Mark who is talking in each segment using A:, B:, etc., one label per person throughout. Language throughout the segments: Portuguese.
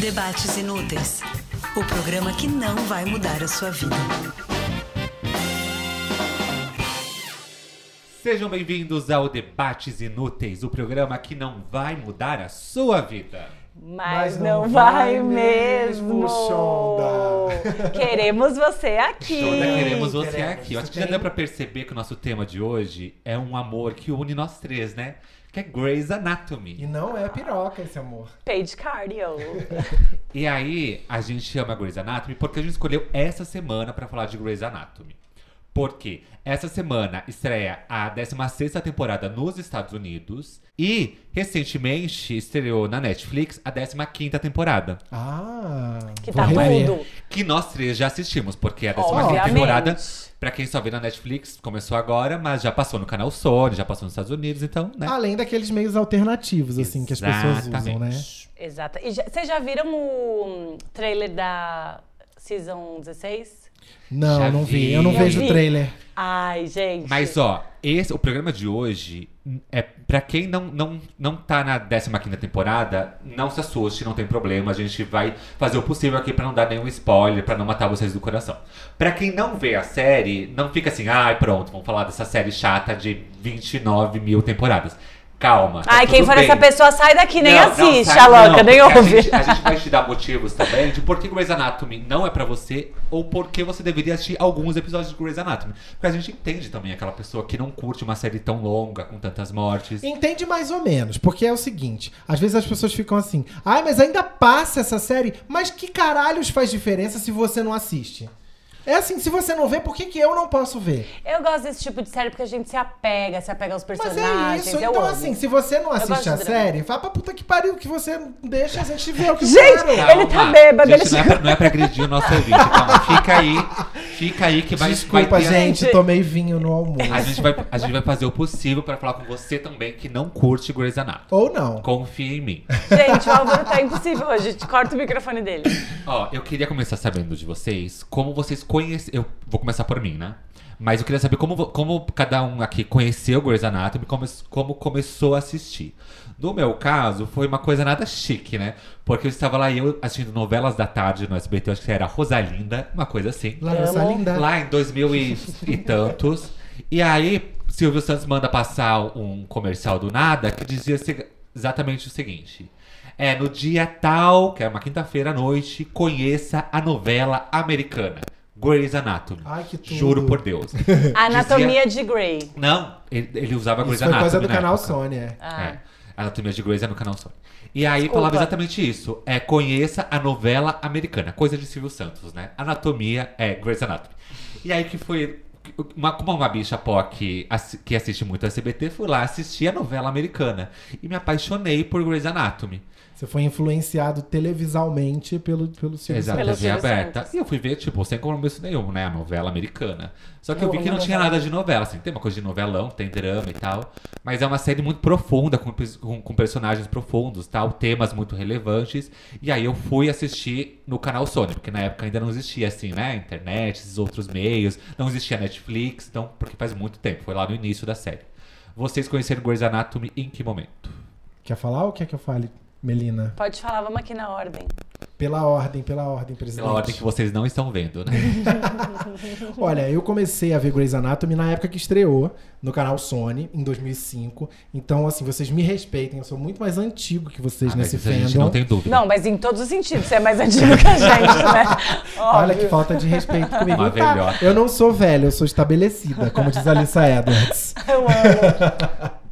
A: Debates Inúteis. O programa que não vai mudar a sua vida.
B: Sejam bem-vindos ao Debates Inúteis, o programa que não vai mudar a sua vida.
C: Mas, não, vai, mesmo,
D: Xonda.
C: Queremos você
B: Toda
C: aqui.
B: queremos você
D: Queremos,
B: aqui. Eu acho que já
D: tem.
B: deu pra perceber que o nosso tema de hoje é um amor que une nós três, né? Que é Grey's
D: E
B: Anatomy.
D: não é piroca esse amor.
C: Page Cardio.
B: E aí, a gente ama Grey's Anatomy porque a gente escolheu essa semana pra falar de Grey's Anatomy. Porque essa semana estreia a 16ª temporada nos Estados Unidos e, recentemente, estreou na Netflix a 15ª temporada.
D: Ah.
C: Que tá
D: vou rever.
C: tudo.
B: Que nós três já assistimos, porque é a décima quinta
C: Obviamente.
B: temporada, pra quem só vê na Netflix, começou agora, mas já passou no canal Sony, já passou nos Estados Unidos, então, né?
D: Além daqueles meios alternativos, assim, que as pessoas usam, né?
B: Exatamente.
C: Exato. E já- vocês já viram o hum, trailer da Season 16?
D: Não,
B: Já
D: não
B: vi.
D: vi. Eu não
B: Eu
D: vejo
C: vi.
D: o trailer.
C: Ai, gente.
B: Mas, ó, esse, o programa de hoje, é pra quem não, não, não tá na 15ª temporada, não se assuste, não tem problema. A gente vai fazer o possível aqui pra não dar nenhum spoiler, pra não matar vocês do coração. Pra quem não vê a série, não fica assim, ai, pronto, vamos falar dessa série chata de 29 mil temporadas. Calma. tá
C: Ai, quem
B: tudo
C: for
B: bem.
C: essa pessoa, sai daqui, nem
B: Não, não,
C: assiste,
B: sabe,
C: a
B: não,
C: louca,
B: porque
C: nem ouve.
B: A gente, a gente vai te dar motivos também de por que Grey's Anatomy não é pra você ou por que você deveria assistir alguns episódios de Grey's Anatomy. Porque a gente entende também aquela pessoa que não curte uma série tão longa, com tantas mortes.
D: Entende mais ou menos, porque é o seguinte: às vezes as pessoas ficam assim, ai, mas ainda passa essa série, mas que caralhos faz diferença se você não assiste? É assim, se você não vê, por que, que eu não posso ver?
C: Eu gosto desse tipo de série porque a gente se apega, se apega aos
D: Mas
C: personagens.
D: é isso,
C: eu
D: então
C: amo.
D: assim, se você não
C: gosto
D: assiste
C: de
D: a
C: drama.
D: série, fala pra puta que pariu que você deixa a gente ver o que
C: Gente,
D: quero.
C: ele tá bêbado,
B: gente,
C: ele
B: não, é pra, não é pra agredir o nosso ouvinte, calma. Fica aí, fica aí que vai,
D: Desculpa,
B: vai ter-
D: gente, tomei vinho no almoço.
B: A gente, vai, a gente vai fazer o possível pra falar com você também que não curte Grey's Anatomy.
D: Ou não.
B: Confia em mim.
C: Gente, o Álvaro tá impossível hoje. Corta o microfone dele.
B: Ó, eu queria começar sabendo de vocês como vocês conhecem. Eu vou começar por mim, né? Mas eu queria saber como, vo- como cada um aqui conheceu Grey's Anatomy, como, como começou a assistir. No meu caso, foi uma coisa nada chique, né? Porque eu estava lá eu assistindo novelas da tarde no SBT, eu acho que era Rosalinda, uma coisa assim.
D: Larissa
C: Amo.
D: linda.
B: Lá em 2000 e, e tantos. E aí, Silvio Santos manda passar um comercial do nada que dizia se- exatamente o seguinte. É, no dia tal, que era uma quinta-feira à noite, conheça a novela americana, Grey's Anatomy.
D: Ai, que tudo.
B: Juro por Deus.
C: A Anatomia de Grey.
B: Não, ele, ele usava Grey's
D: Isso foi
B: Anatomy
D: coisa do
B: na
D: canal
B: né? época.
D: Sony, é.
C: Ah.
B: É. A Anatomia de Grey's é no canal Sony. E aí
C: Desculpa.
B: falava exatamente isso. É, conheça a novela americana. Coisa de Silvio Santos, né? Anatomia é Grey's Anatomy. E aí que foi... Uma, como uma bicha pó que, assi- que assiste muito a SBT, fui lá assistir a novela americana. E me apaixonei por Grey's Anatomy.
D: Você foi influenciado televisalmente pelo, pelo Silvio
B: Exato,
C: Pelo
B: TV
C: Silvio
B: aberta.
C: Santos.
B: E eu fui ver, tipo, sem compromisso nenhum, né? A novela americana. Só que eu,
D: Eu
B: vi que
D: amo
B: não tinha
D: novela.
B: nada de novela, assim. Tem uma coisa de novelão, tem drama e tal. Mas é uma série muito profunda, com, pers- com, com personagens profundos, tal. Temas muito relevantes. E aí eu fui assistir no canal Sony, porque na época ainda não existia, assim, né? Internet, esses outros meios. Não existia Netflix, então, porque faz muito tempo. Foi lá no início da série. Vocês conheceram Grey's Anatomy em que momento?
D: Quer falar ou quer que eu fale, Melina?
C: Pode falar, vamos aqui na ordem.
D: Pela ordem, pela ordem, presidente.
B: Pela ordem que vocês não estão vendo, né?
D: Olha, eu comecei a ver Grey's Anatomy na época que estreou no canal Sony, em 2005. Então, assim, vocês me respeitem. Eu sou muito mais antigo que vocês
B: Ah, mas
D: nesse
B: isso a gente não
D: fandom.
B: tem dúvida.
C: Não, mas em todos os sentidos. Você é mais antigo que a gente, né?
D: Olha que
C: Óbvio.
D: falta de respeito comigo.
B: Uma
D: Tá,
B: velhota.
D: eu não sou velha, eu sou estabelecida, como diz a Alissa Edwards.
C: Eu amo.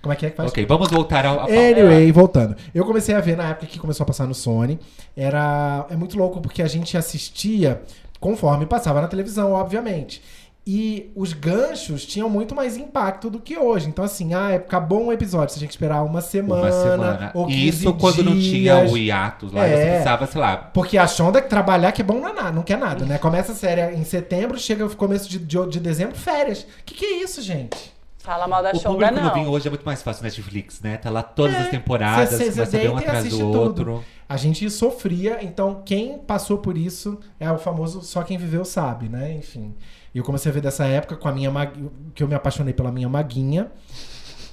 D: Como é que é que faz?
B: Ok, vamos voltar ao. à pauta.
D: Anyway, voltando. Eu comecei a ver na época que começou a passar no Sony. Era. É muito louco porque a gente assistia conforme passava na televisão, obviamente. E os ganchos tinham muito mais impacto do que hoje. Então, assim, ah, é- acabou um episódio, você tinha que esperar uma semana.
B: Uma semana.
D: Ou 15
B: Isso quando não tinha
D: dias.
B: o hiatus lá, você
D: É.
B: precisava, sei lá.
D: Porque a Shonda que trabalhar que é bom não, é nada, não quer nada, né? Começa a série em setembro, chega no começo de, de, de dezembro, férias. Que que é isso, gente?
C: Fala mal da
B: O
C: Shonda,
B: público
C: não.
B: novinho hoje é muito mais fácil Netflix, né? Tá lá todas
D: É.
B: as temporadas,
D: Cê- cê-
B: vai
D: cê
B: saber um
D: deita e
B: atrás
D: assiste
B: do
D: tudo.
B: outro.
D: A gente sofria, então quem passou por isso é o famoso só quem viveu sabe, né? Enfim. E eu comecei a ver dessa época com a minha mag... que eu me apaixonei pela minha maguinha.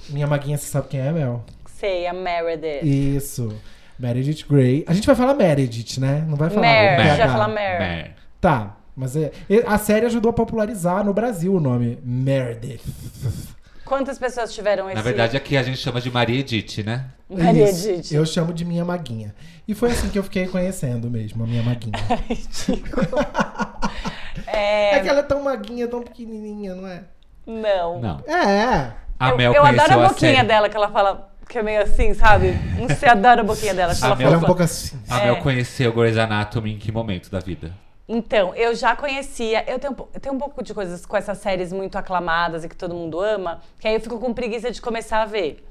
D: Minha maguinha, você sabe quem é, Mel?
C: Sei, a Meredith.
D: Isso. Meredith Grey. A gente vai falar Meredith, né? Não vai falar.
C: Mer,
D: o
C: a gente vai
D: PH.
C: falar Mer.
B: Mer.
D: Tá, mas é- e- a série ajudou a popularizar no Brasil o nome Meredith.
C: Quantas pessoas tiveram esse...
B: Na verdade, aqui a gente chama de Maria Edith, né?
D: É
C: Meredith.
D: isso. Eu chamo de minha maguinha. E foi assim que eu fiquei conhecendo mesmo, a minha maguinha. É que
C: É,
D: ela é tão maguinha, tão pequenininha, não é?
C: não.
B: Não.
D: É.
B: A
C: eu
B: Mel
C: eu
B: conheceu
C: adoro a
B: a
C: boquinha
B: série.
C: dela, que ela fala... Que é meio assim, sabe? Não sei, adoro a boquinha dela. Acho
B: A
C: ela
B: Mel-
D: Ela é um
C: fofa.
D: pouco assim.
B: A Mel conheceu Grey's Anatomy em que momento da vida?
C: Então, eu já conhecia. Eu tenho, um po- eu tenho um pouco de coisas com essas séries muito aclamadas e que todo mundo ama, que aí eu fico com preguiça de começar a ver.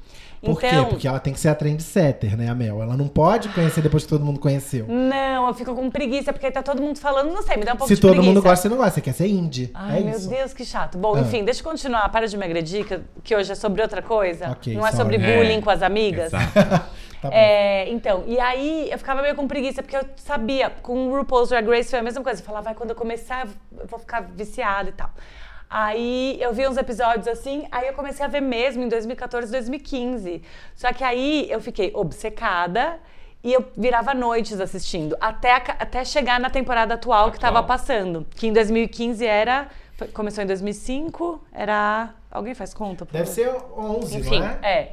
D: Por
C: então,
D: quê? Porque ela tem que ser a trendsetter, né, a Mel? Ela não pode conhecer depois que todo mundo conheceu.
C: não, eu fico com preguiça, porque aí tá todo mundo falando, não sei, me dá um pouco
D: Se
C: de
D: todo
C: preguiça.
D: mundo gosta, você não gosta. Você quer ser indie.
C: Ai,
D: é
C: meu
D: isso.
C: Deus, que chato. Bom,
D: Ah.
C: enfim, deixa eu continuar. Para de me agredir, que, que hoje é sobre outra coisa.
D: Ok,
C: não é sobre
D: sorry.
C: bullying
B: É,
C: com as amigas.
B: Exato.
D: Tá bom.
C: É, então, e aí eu ficava meio com preguiça, porque eu sabia, com o RuPaul's Drag Race foi a mesma coisa. Eu falava, vai, quando eu começar, eu vou ficar viciada e tal. Aí eu vi uns episódios assim, aí eu comecei a ver mesmo em 2014, 2015. Só que aí eu fiquei obcecada e eu virava noites assistindo, até, a ca- até chegar na temporada atual que tava
B: Atual.
C: passando. Que em 2015 era. foi- Começou em 2005, era. Alguém faz conta? por
D: Deve
C: favor?
D: ser 11,
C: Enfim,
D: não é?
C: é.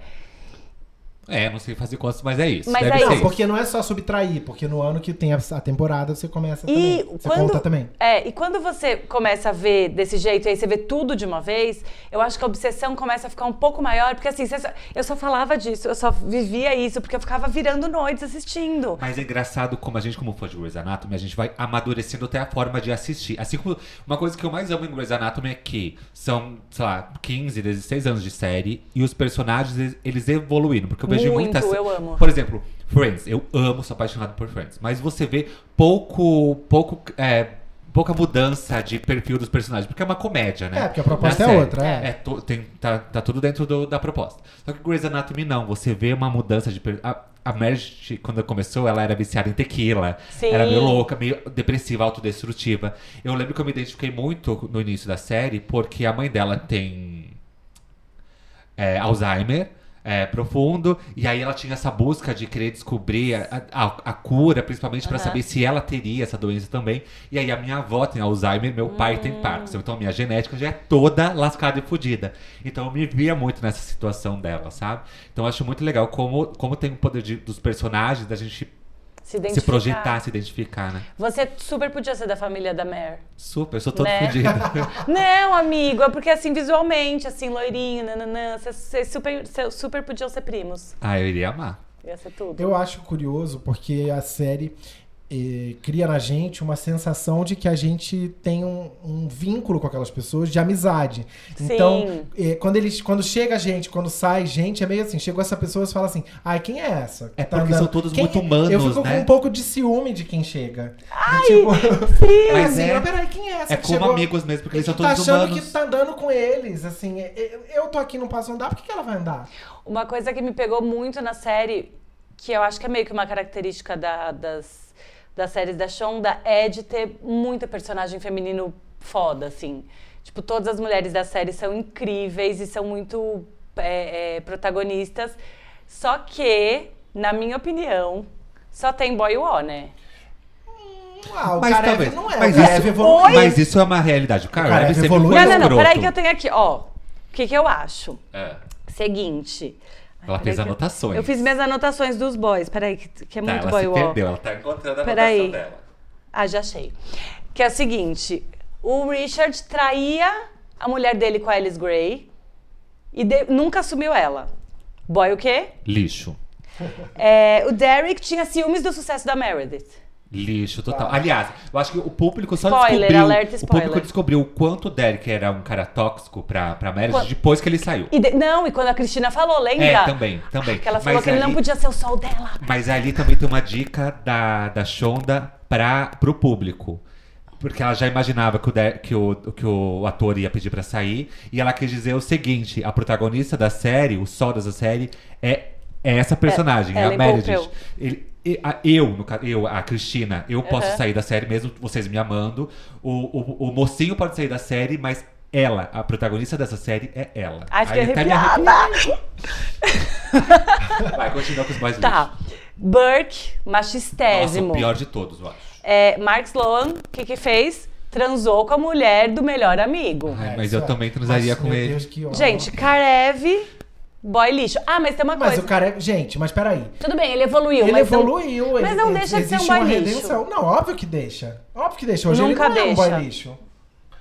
B: É, não sei fazer quantos, mas é isso.
C: Mas
B: Deve
C: aí-
B: ser
D: Não,
B: isso.
D: porque não é só subtrair, porque no ano que tem a a temporada você começa
C: E
D: também. Você
C: quando,
D: conta também.
C: É, e quando você começa a ver desse jeito, e aí você vê tudo de uma vez, eu acho que a obsessão começa a ficar um pouco maior, porque assim, você só- eu só falava disso, eu só vivia isso, porque eu ficava virando noites assistindo.
B: Mas é engraçado como a gente, como fã de Grey's Anatomy, a gente vai amadurecendo até a forma de assistir. Assim como uma coisa que eu mais amo em Grey's Anatomy é que são, sei lá, 15, 16 anos de série e os personagens, eles- eles evoluindo. Porque eu vejo
C: Muito,
B: muitas.
C: eu amo.
B: Por exemplo, Friends. Eu amo, sou apaixonado por Friends. Mas você vê pouco. pouco é, pouca mudança de perfil dos personagens. Porque é uma comédia, né?
D: É, porque a proposta
B: Na
D: é
B: série.
D: outra, é.
B: É, to- tem- tá, tá tudo dentro do- da proposta. Só que Grey's Anatomy não. Você vê uma mudança de. per- A, a Meredith, quando começou, ela era viciada em tequila.
C: Sim.
B: Era meio louca, meio depressiva, autodestrutiva. Eu lembro que eu me identifiquei muito no início da série, porque a mãe dela tem é, Alzheimer é, profundo. E aí ela tinha essa busca de querer descobrir a, a- a cura, principalmente pra
C: Aham.
B: saber se ela teria essa doença também. E aí a minha avó tem Alzheimer, meu pai
C: Hum.
B: tem Parkinson. Então a minha genética já é toda lascada e fodida. Então eu me via muito nessa situação dela, sabe? Então eu acho muito legal como, como tem o poder de- dos personagens, da gente se
C: Se, identificar.
B: projetar, se identificar, né?
C: Você super podia ser da família da Mare.
B: Super, eu sou todo
C: Né?
B: fodido.
C: Não, amigo, é porque assim, visualmente, assim, loirinho, nananã, vocês- vocês super, vocês super podiam ser primos.
B: ah, eu iria amar.
C: Ia ser tudo.
D: Eu acho curioso porque a série eh, cria na gente uma sensação de que a gente tem um, um vínculo com aquelas pessoas de amizade.
C: Sim.
D: Então, eh, quando eles, quando chega gente, quando sai gente, é meio assim, chegou essa pessoa e fala assim, ai, quem é essa? que
B: É porque são todos
D: Quem
B: muito
D: é?" Eu
B: humanos,
D: fico com
B: né?
D: um pouco de ciúme de quem chega. Ai, tipo,
B: Mas
D: assim,
B: é-
D: "Ah, peraí, quem é essa
B: É
D: que
B: como
D: chegou?"
B: amigos mesmo, porque eles são
D: tá
B: todos
D: achando
B: humanos.
D: que tá andando com eles, assim, é- é- eu tô aqui, não posso andar, por que, que ela vai andar?
C: Uma coisa que me pegou muito na série, que eu acho que é meio que uma característica da- das, das séries da Shonda, é de ter muita personagem feminino foda, assim. Tipo, todas as mulheres da série são incríveis e são muito é, é, protagonistas. Só que, na minha opinião, só tem boy wó, né?
D: Ah, o
B: Mas
D: Karev
B: talvez.
D: não é,
B: mas,
D: o Karev
B: isso,
D: evoluiu.
B: mas isso é uma realidade. O
D: Karev
B: Karev sempre
D: evolui.
B: foi
D: Mas
C: Não, não, não.
B: é escroto.
C: Peraí que eu tenho aqui, ó. O que, que eu acho?
B: É.
C: Seguinte. Ai,
B: Ela
C: peraí
B: fez
C: que eu-
B: anotações.
C: Eu fiz minhas anotações dos boys. Peraí, que, que é
B: Tá,
C: muito
B: ela
C: boy
B: se
C: wall.
B: perdeu, ela tá encontrando a
C: Peraí.
B: anotação dela.
C: Ah, já achei. Que é o seguinte: o Richard traía a mulher dele com a Alice Gray e de- nunca assumiu ela. Boy, o quê?
B: Lixo.
C: É, o Derek tinha ciúmes do sucesso da Meredith.
B: Lixo total.
D: Tá.
B: Aliás, eu acho que o público só
C: Spoiler,
B: descobriu.
C: alerta
B: o
C: spoiler.
B: público descobriu o quanto o Derek era um cara tóxico pra, pra Meredith
C: Quan-
B: depois que ele saiu.
C: E de- não, e quando a Cristina falou, lembra?
B: É, também, também.
C: Que ela falou
B: Mas
C: que ele não
B: ali-
C: podia ser o sol dela.
B: Mas ali também tem uma dica da, da Shonda pra, pro público. Porque ela já imaginava que o, Der- que, o, que o ator ia pedir pra sair. E ela quis dizer o seguinte: a protagonista da série, o Sodas da série, é, é essa personagem, é,
C: ela
B: a Meredith.
C: envolveu.
B: Ele- e- a- eu, no ca- eu, a Cristina, eu posso
C: Aham.
B: sair da série, mesmo vocês me amando. O, o, o mocinho pode sair da série, mas ela, a protagonista dessa série, é ela.
C: Ai, fiquei
B: Aí até me
C: arrepiada.
B: arrepiei. Vai, continua com os mais
C: Tá. Burke, machistésimo.
B: Nossa, o pior de todos, eu acho.
C: É, Mark Sloan, o que que fez? Transou com a mulher do melhor amigo.
B: Ai,
D: É,
B: mas
D: isso
B: eu
D: é.
B: também transaria
D: Nossa,
B: com
D: meu
B: ele.
D: Deus, que ódio.
C: Gente, Karev, boy lixo. Ah, mas tem uma
D: Mas
C: coisa.
D: o cara é. Gente, mas peraí.
C: Tudo bem, ele evoluiu.
D: Ele
C: mas não-
D: evoluiu, ele,
C: mas não
D: ele-
C: deixa de ser um
D: existe
C: boy
D: uma
C: lixo.
D: redenção. Não, óbvio que deixa. Óbvio que deixa. Hoje
C: Nunca
D: ele não é um
C: deixa.
D: boy lixo.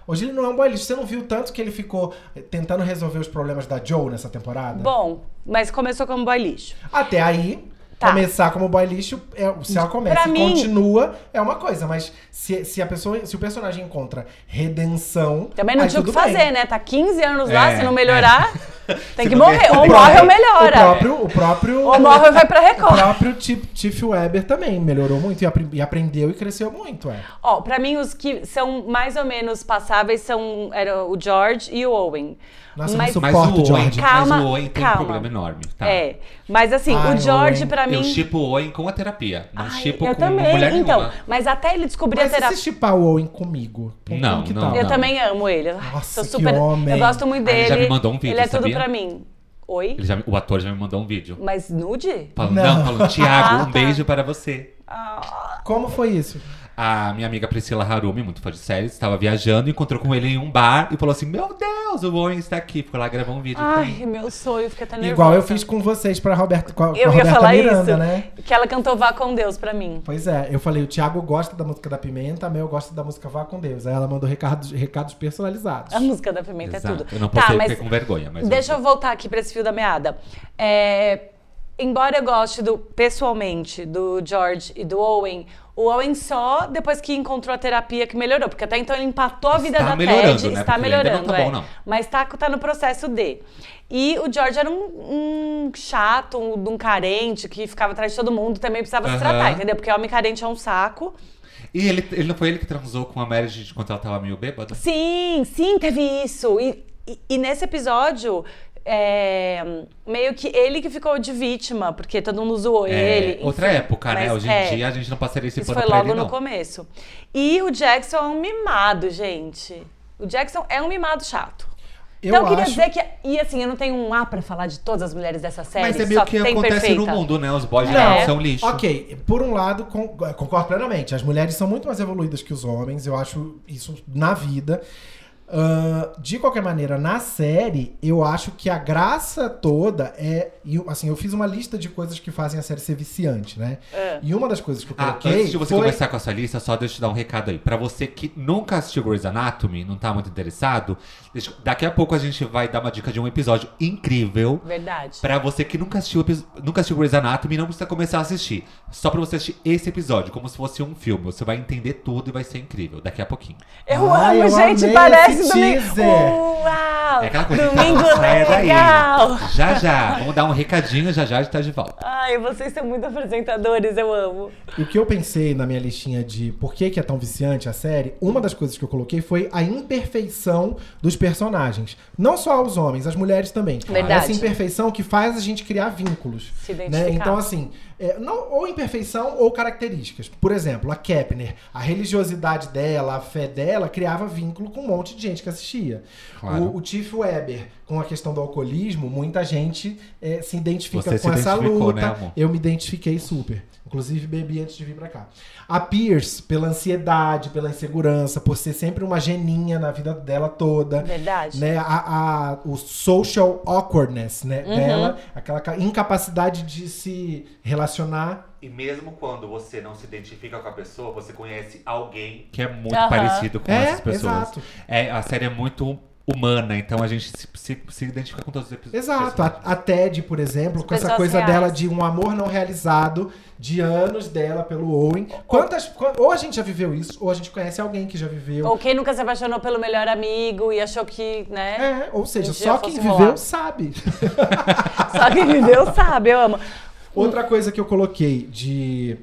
D: Hoje ele não é um boy lixo. Você não viu tanto que ele ficou tentando resolver os problemas da Joe nessa temporada?
C: Bom, mas começou como boy lixo.
D: Até aí,
C: Tá.
D: começar como boy lixo, é, se ela começa
C: Pra
D: e
C: mim-
D: continua, é uma coisa. Mas se, se a pessoa, se o personagem encontra redenção.
C: Também não
D: aí
C: tinha o que
D: tudo
C: fazer,
D: bem.
C: né? Tá 15 anos lá,
B: É,
C: se não melhorar, tem
B: Se
C: que
B: não
C: morrer.
B: melhorar.
C: Ou
D: O
C: morre ou
D: próprio-
C: melhora.
D: O próprio. O próprio
C: Ou morre ou vai pra
D: o
C: Record.
D: próprio Ti- Tiff Weber também melhorou muito e, apre- e aprendeu e cresceu muito, é.
C: Ó, pra mim, os que são mais ou menos passáveis são era o George e o Owen.
D: Nossa, eu
C: mas,
D: não
B: Mas
D: Suporte,
B: o Owen,
D: George.
B: mas
C: Calma,
B: o Owen tem
C: calma.
B: um problema enorme, tá?
C: É. Mas assim,
D: Ai,
C: o George,
D: Owen.
C: pra mim.
B: Eu chipo o Owen com a terapia. Não
C: Ai,
B: chipo
C: eu
B: com
C: também.
B: mulher
C: então,
B: nenhuma.
C: mas até ele descobrir
D: Mas
C: a terapia.
D: se chipar o Owen comigo? Como
B: Não,
D: que
B: não,
D: tá?
B: não.
C: Eu também amo ele. Ai,
D: Nossa,
C: sou
D: que
C: super.
D: homem.
C: Eu gosto muito
B: Ah,
C: dele.
B: ele já me mandou um vídeo,
C: Ele é tudo
B: sabia?
C: pra mim. Oi?
B: Ele já me- o ator já me mandou um vídeo.
C: Mas nude?
B: Falando,
D: Não.
B: não, falando, Tiago,
C: Ah,
B: um
C: tá.
B: beijo para você.
D: Como foi isso?
B: A minha amiga Priscila Harumi, muito fã de séries, estava viajando, encontrou com ele em um bar e falou assim: Meu Deus, o Owen está aqui. Ficou lá gravar um vídeo.
C: Ai, meu sonho, fica até nervosa.
D: Igual eu fiz com vocês pra Roberto, com a, com a
C: Eu ia
D: Roberta
C: falar
D: Miranda,
C: isso.
D: né?
C: Que ela cantou Vá com Deus pra mim.
D: Pois é, eu falei, o Thiago gosta da música da Pimenta, a Mel gosta da música Vá com Deus. Aí ela mandou recados, recados personalizados.
C: A música da pimenta é
B: Exato.
C: tudo.
B: Eu não postei
C: tá,
B: porque
C: mas
B: com vergonha, mas.
C: deixa eu voltar aqui pra esse fio da meada. É, embora eu goste do, pessoalmente do George e do Owen, o Owen só depois que encontrou a terapia que melhorou, porque até então ele empatou a vida
B: Está
C: da
B: melhorando,
C: Ted,
B: né?
C: está
B: Porque ele ainda não
C: melhorando,
B: tá bom,
C: é.
B: não.
C: mas tá, tá no processo de. E o George era um, um chato, um, um carente que ficava atrás de todo mundo, também precisava se
B: Aham.
C: tratar, entendeu? Porque homem carente é um saco.
B: E ele, ele não foi ele que transou com a Mary Jane quando ela tava meio bêbada?
C: Sim, sim, teve isso. E, e- e nesse episódio, é, meio que ele que ficou de vítima, porque todo mundo zoou
B: É,
C: ele. enfim.
B: outra época, né?
C: Mas,
B: Hoje em
C: é,
B: dia a gente não passaria esse
C: Isso
B: pano
C: foi
B: pra
C: logo
B: ele,
C: no
B: não.
C: começo. E o Jackson é um mimado, gente. O Jackson é um mimado chato.
D: Eu
C: então eu queria
D: acho-
C: dizer que. E assim, eu não tenho um A pra falar de todas as mulheres dessa série.
B: Mas é
C: só
B: meio que
C: tem
B: acontece
C: perfeita.
B: no mundo, né? Os boys
C: Não.
B: geral são lixo.
D: Ok, por um lado, con- concordo plenamente. As mulheres são muito mais evoluídas que os homens, eu acho isso na vida. Ahn, de qualquer maneira, na série, eu acho que a graça toda é. e eu- Assim, eu fiz uma lista de coisas que fazem a série ser viciante, né? E uma das coisas que eu
B: Ah,
D: coloquei.
B: antes de você
D: foi-
B: começar com a sua lista, só deixa eu te dar um recado aí. Pra você que nunca assistiu Grey's Anatomy, não tá muito interessado, deixa eu- daqui a pouco a gente vai dar uma dica de um episódio incrível.
C: Verdade.
B: Pra você que nunca assistiu, epi- nunca assistiu Grey's Anatomy, não precisa começar a assistir. Só pra você assistir esse episódio, como se fosse um filme. Você vai entender tudo e vai ser incrível. Daqui a pouquinho.
C: Eu
D: Ai,
C: amo,
D: eu
C: gente,
D: amei
C: parece
D: esse
C: domingo.
D: teaser.
C: Uau!
B: É aquela coisa.
C: domingo
B: saia daí.
C: legal!
B: Já, já. Vamos dar um recadinho, já, já a gente tá de volta.
C: Ai, vocês são muito apresentadores, eu amo.
D: O que eu pensei na minha listinha de por que, que é tão viciante a série, uma das coisas que eu coloquei foi a imperfeição dos personagens. Não só os homens, as mulheres também.
C: Verdade.
D: Essa imperfeição que faz a gente criar vínculos.
C: Se
D: né?
C: identificar.
D: Então, assim, é, não- ou imperfeição ou características. Por exemplo, a Kepner, a religiosidade dela, a fé dela, criava vínculo com um monte de gente que assistia.
B: Claro.
D: O, o Tiff Weber, com a questão do alcoolismo, muita gente é, se identifica
B: Você se
D: com essa
B: identificou,
D: luta.
B: né, amor?
D: Eu me identifiquei super. Inclusive, bebi antes de vir pra cá. A Pierce, pela ansiedade, pela insegurança, por ser sempre uma geninha na vida dela toda.
C: Verdade.
D: Né? A, a- o social awkwardness né?
C: Uhum.
D: dela, aquela ca- incapacidade de se relacionar.
B: E mesmo quando você não se identifica com a pessoa, você conhece alguém que é muito
C: Aham.
B: parecido com
D: É,
B: essas pessoas.
D: exato.
B: É, a série é muito humana, então a gente se, se- se identifica com todos os episódios.
D: Exato. A, a Ted, por exemplo, com essa
C: pessoas
D: coisa
C: reais.
D: dela de um amor não realizado, de anos dela pelo Owen. Quantas, quan- ou a gente já viveu isso, ou a gente conhece alguém que já viveu.
C: Ou quem nunca se apaixonou pelo melhor amigo e achou que, né?
D: É, ou seja,
C: Um dia
D: só quem
C: fosse
D: viveu
C: rolar.
D: sabe.
C: Só quem viveu sabe, eu amo.
D: Outra coisa que eu coloquei de.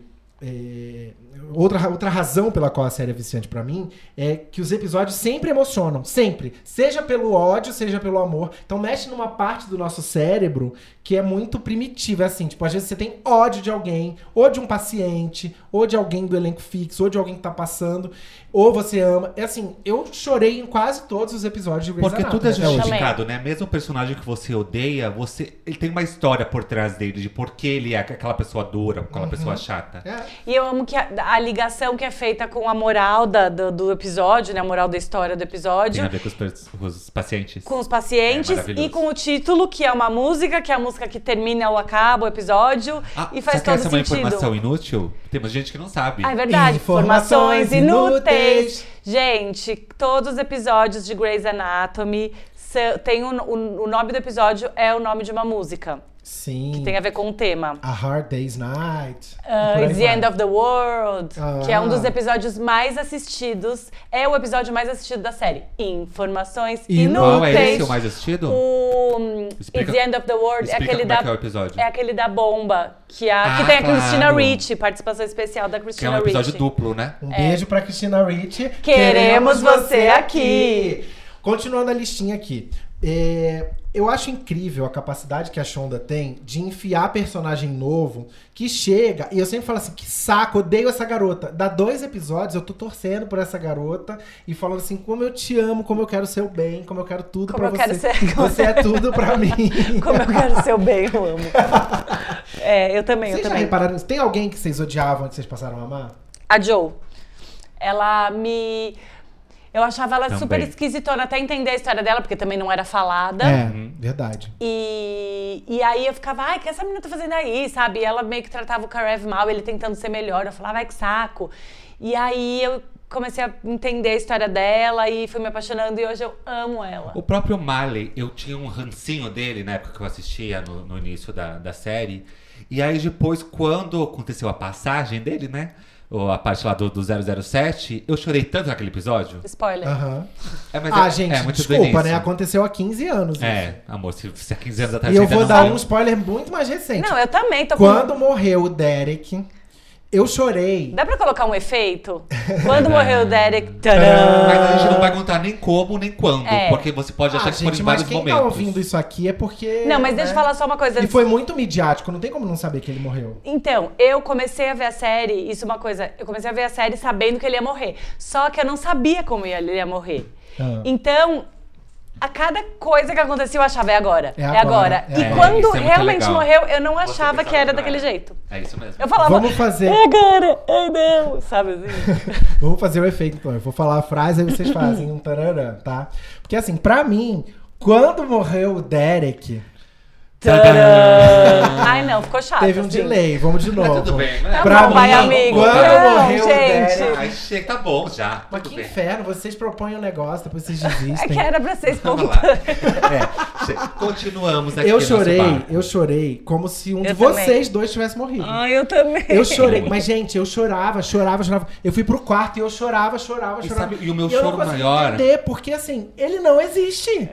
D: eh, outra, ra- outra razão pela qual a série é viciante pra mim é que os episódios sempre emocionam, sempre. Seja pelo ódio, seja pelo amor. Então mexe numa parte do nosso cérebro que é muito primitiva, é assim, tipo, às vezes você tem ódio de alguém, ou de um paciente, ou de alguém do elenco fixo, ou de alguém que tá passando, ou você ama. É assim, eu chorei em quase todos os episódios de Grey's
E: Porque
D: Anatomy
E: tudo é
D: até hoje.
B: justificado, né? Mesmo o personagem que você odeia, você ele tem uma história por trás dele de por que ele é aquela pessoa dura, aquela pessoa chata.
D: É.
C: E eu amo que a, a ligação que é feita com a moral da- do, do episódio, né? A moral da história do
B: Tem
C: episódio.
B: a ver com os, pers- com os pacientes.
C: com os pacientes
B: É maravilhoso.
C: e com o título, que é uma música, que é a música que termina ou acaba o episódio
B: Ah,
C: e faz
B: será
C: todo
B: que essa é uma
C: sentido.
B: informação inútil? Temos gente que não sabe.
C: Ah, é verdade.
D: Informações
C: Informações
D: inúteis.
C: inúteis. Gente, todos os episódios de Grey's Anatomy se- tem o, o- o nome do episódio é o nome de uma música.
D: Sim.
C: Tem a ver com o tema.
D: A Hard Day's Night.
C: Ah,
D: e por aí
C: It's the
D: vai.
C: End of the World,
D: Ah.
C: que é um dos episódios mais assistidos. É o episódio mais assistido da série. Informações
D: E
C: inúteis.
B: Qual é esse o mais assistido?
C: um O hum,
B: Explica-
C: It's the End of the World é
B: explica
C: aquele
B: como é
C: da
B: que é o episódio.
C: é aquele da bomba que a
B: Ah,
C: que tem a
B: claro.
C: Christina Ricci, participação especial da
B: Que
C: Christina
B: é um episódio
C: Ricci.
B: duplo, né?
D: Um beijo pra Cristina Ricci.
C: É. Queremos você aqui.
D: Continuando a listinha aqui. É, eu acho incrível a capacidade que a Shonda tem de enfiar personagem novo que chega. E eu sempre falo assim: que saco, odeio essa garota. Dá dois episódios, eu tô torcendo por essa garota e falando assim: como eu te amo, como eu quero seu bem, como eu quero tudo
C: Como
D: pra
C: eu quero
D: você.
C: ser-
D: Você é tudo pra mim.
C: Como eu quero seu bem, eu amo. É, eu também, eu
D: Vocês já
C: também.
D: repararam nisso? Tem alguém que vocês odiavam que vocês passaram a amar?
C: A Joe. Ela me eu achava ela
B: Também.
C: super esquisitona até entender a história dela, porque também não era falada.
D: É, verdade.
C: E, e aí eu ficava, ai, o que essa menina tá fazendo aí, sabe? E ela meio que tratava o Karev mal, ele tentando ser melhor. Eu falava, ai, que saco. E aí eu comecei a entender a história dela e fui me apaixonando e hoje eu amo ela.
B: O próprio Marley, eu tinha um rancinho dele na época que eu assistia no, no início da, da série. E aí depois, quando aconteceu a passagem dele, né? Ou a parte lá do, do 007, eu chorei tanto naquele episódio.
C: Spoiler.
D: Aham.
B: É, mas
D: ah,
B: é-
D: gente,
B: é muito do
D: desculpa,
B: início.
D: né? Aconteceu há 15 anos. isso.
B: É, tá amor, se, se há 15 anos atrás
D: E eu
B: ainda
D: vou
B: não
D: dar
B: viu.
D: um spoiler muito mais recente.
C: Não, eu também tô
D: Quando
C: com.
D: morreu o Derek, eu chorei.
C: Dá pra colocar um efeito? Quando morreu o Derek.
B: Mas a
C: Tadã!
B: gente não vai contar nem como, nem quando.
C: É.
B: Porque você pode achar
D: Ah,
B: que foram
D: gente,
B: em
D: mas
B: vários
D: quem
B: momentos.
D: tá ouvindo isso aqui é porque.
C: Não, mas deixa eu
D: né?
C: falar só uma coisa.
D: E
C: antes.
D: foi muito midiático, não tem como não saber que ele morreu.
C: Então, eu comecei a ver a série, isso é uma coisa, eu comecei a ver a série sabendo que ele ia morrer. Só que eu não sabia como ia- ele ia morrer.
D: Ah.
C: Então, a cada coisa que acontecia, eu achava, é agora,
D: É
C: é
D: agora,
C: agora.
D: é
C: E
D: agora."
B: Isso
C: quando
B: é muito
C: realmente
B: legal.
C: morreu, eu não
B: Você
C: achava
B: pensava
C: que era
B: não
C: daquele jeito.
B: É isso mesmo.
C: Eu falava,
D: Vamos fazer.
C: é agora, é não, sabe assim?
D: Vamos fazer o efeito, então. Eu vou falar a frase e vocês fazem um tararã, tá? Porque assim, pra mim, quando morreu o Derek,
C: Tadã! Ah. Ai não, ficou chato.
D: Ah. teve um
C: assim.
D: delay. Vamos de novo.
B: tudo bem, né? Tá
D: Pra
B: bom,
D: mim,
B: vai, amigo.
D: quando
B: Não,
D: morreu o
C: gente.
D: Derek,
B: Ai, chega, tá bom já.
D: Mas
B: tudo
D: que
B: bem.
D: inferno, vocês propõem um negócio, depois vocês
C: É
D: desistem.
C: que era pra ser
B: Vamos lá.
C: espontâneo.
B: É, che- continuamos aqui.
D: Eu
B: no
D: chorei,
B: nosso barco.
D: eu chorei como se um de
C: Eu
D: vocês
C: também.
D: dois tivesse morrido.
C: Ai, eu também.
D: Eu chorei, mas gente, eu chorava, chorava, chorava. Eu fui pro quarto e eu chorava, chorava,
B: E
D: chorava.
B: sabe, e o meu
D: eu não
B: choro
D: conseguia
B: maior-
D: entender, porque assim, ele não existe.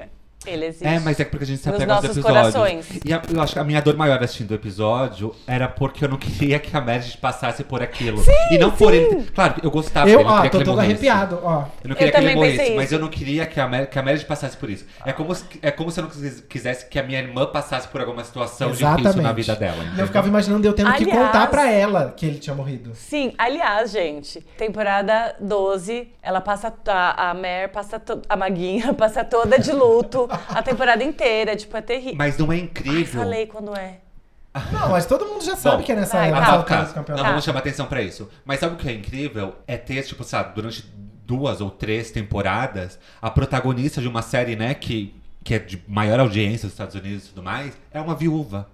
C: Ele existe.
B: É, mas é porque a gente se
C: Nos
B: apega aos
C: nossos
B: episódios.
C: corações.
B: E a- eu acho que a minha dor maior assistindo o episódio era porque eu não queria que a Meredith passasse por aquilo. e não por ele. Claro, eu gostava
D: eu,
B: dele, Ah, eu
D: ó,
B: queria que
D: tô
B: ele
D: todo
B: morresse.
D: arrepiado, ó.
B: Eu não queria que ele
C: também pensei
B: morresse, mas
C: isso.
B: eu não queria que a, Mer que a Meredith passasse por isso. É como, se, é como se eu não quis- quisesse que a minha irmã passasse por alguma situação difícil na vida dela. então.
D: E
B: entendeu?
D: Eu ficava imaginando eu tendo que
C: Aliás-
D: contar pra ela que ele tinha morrido.
C: Sim, aliás, gente, temporada 12, ela passa. A, a Mer passa. to- a Maguinha passa toda de luto a temporada inteira. Tipo, é terrível.
B: Mas não é incrível.
C: Falei quando é.
D: Não, mas todo mundo já sabe que é nessa
C: vai,
D: época.
C: tá.
D: ela
B: Mas,
D: tá
B: cara,
D: nesse campeonato.
B: não vamos chamar atenção pra isso. Mas sabe o que é incrível? É ter, tipo, sabe, durante duas ou três temporadas, a protagonista de uma série, né, que, que é de maior audiência dos Estados Unidos e tudo mais, é uma viúva.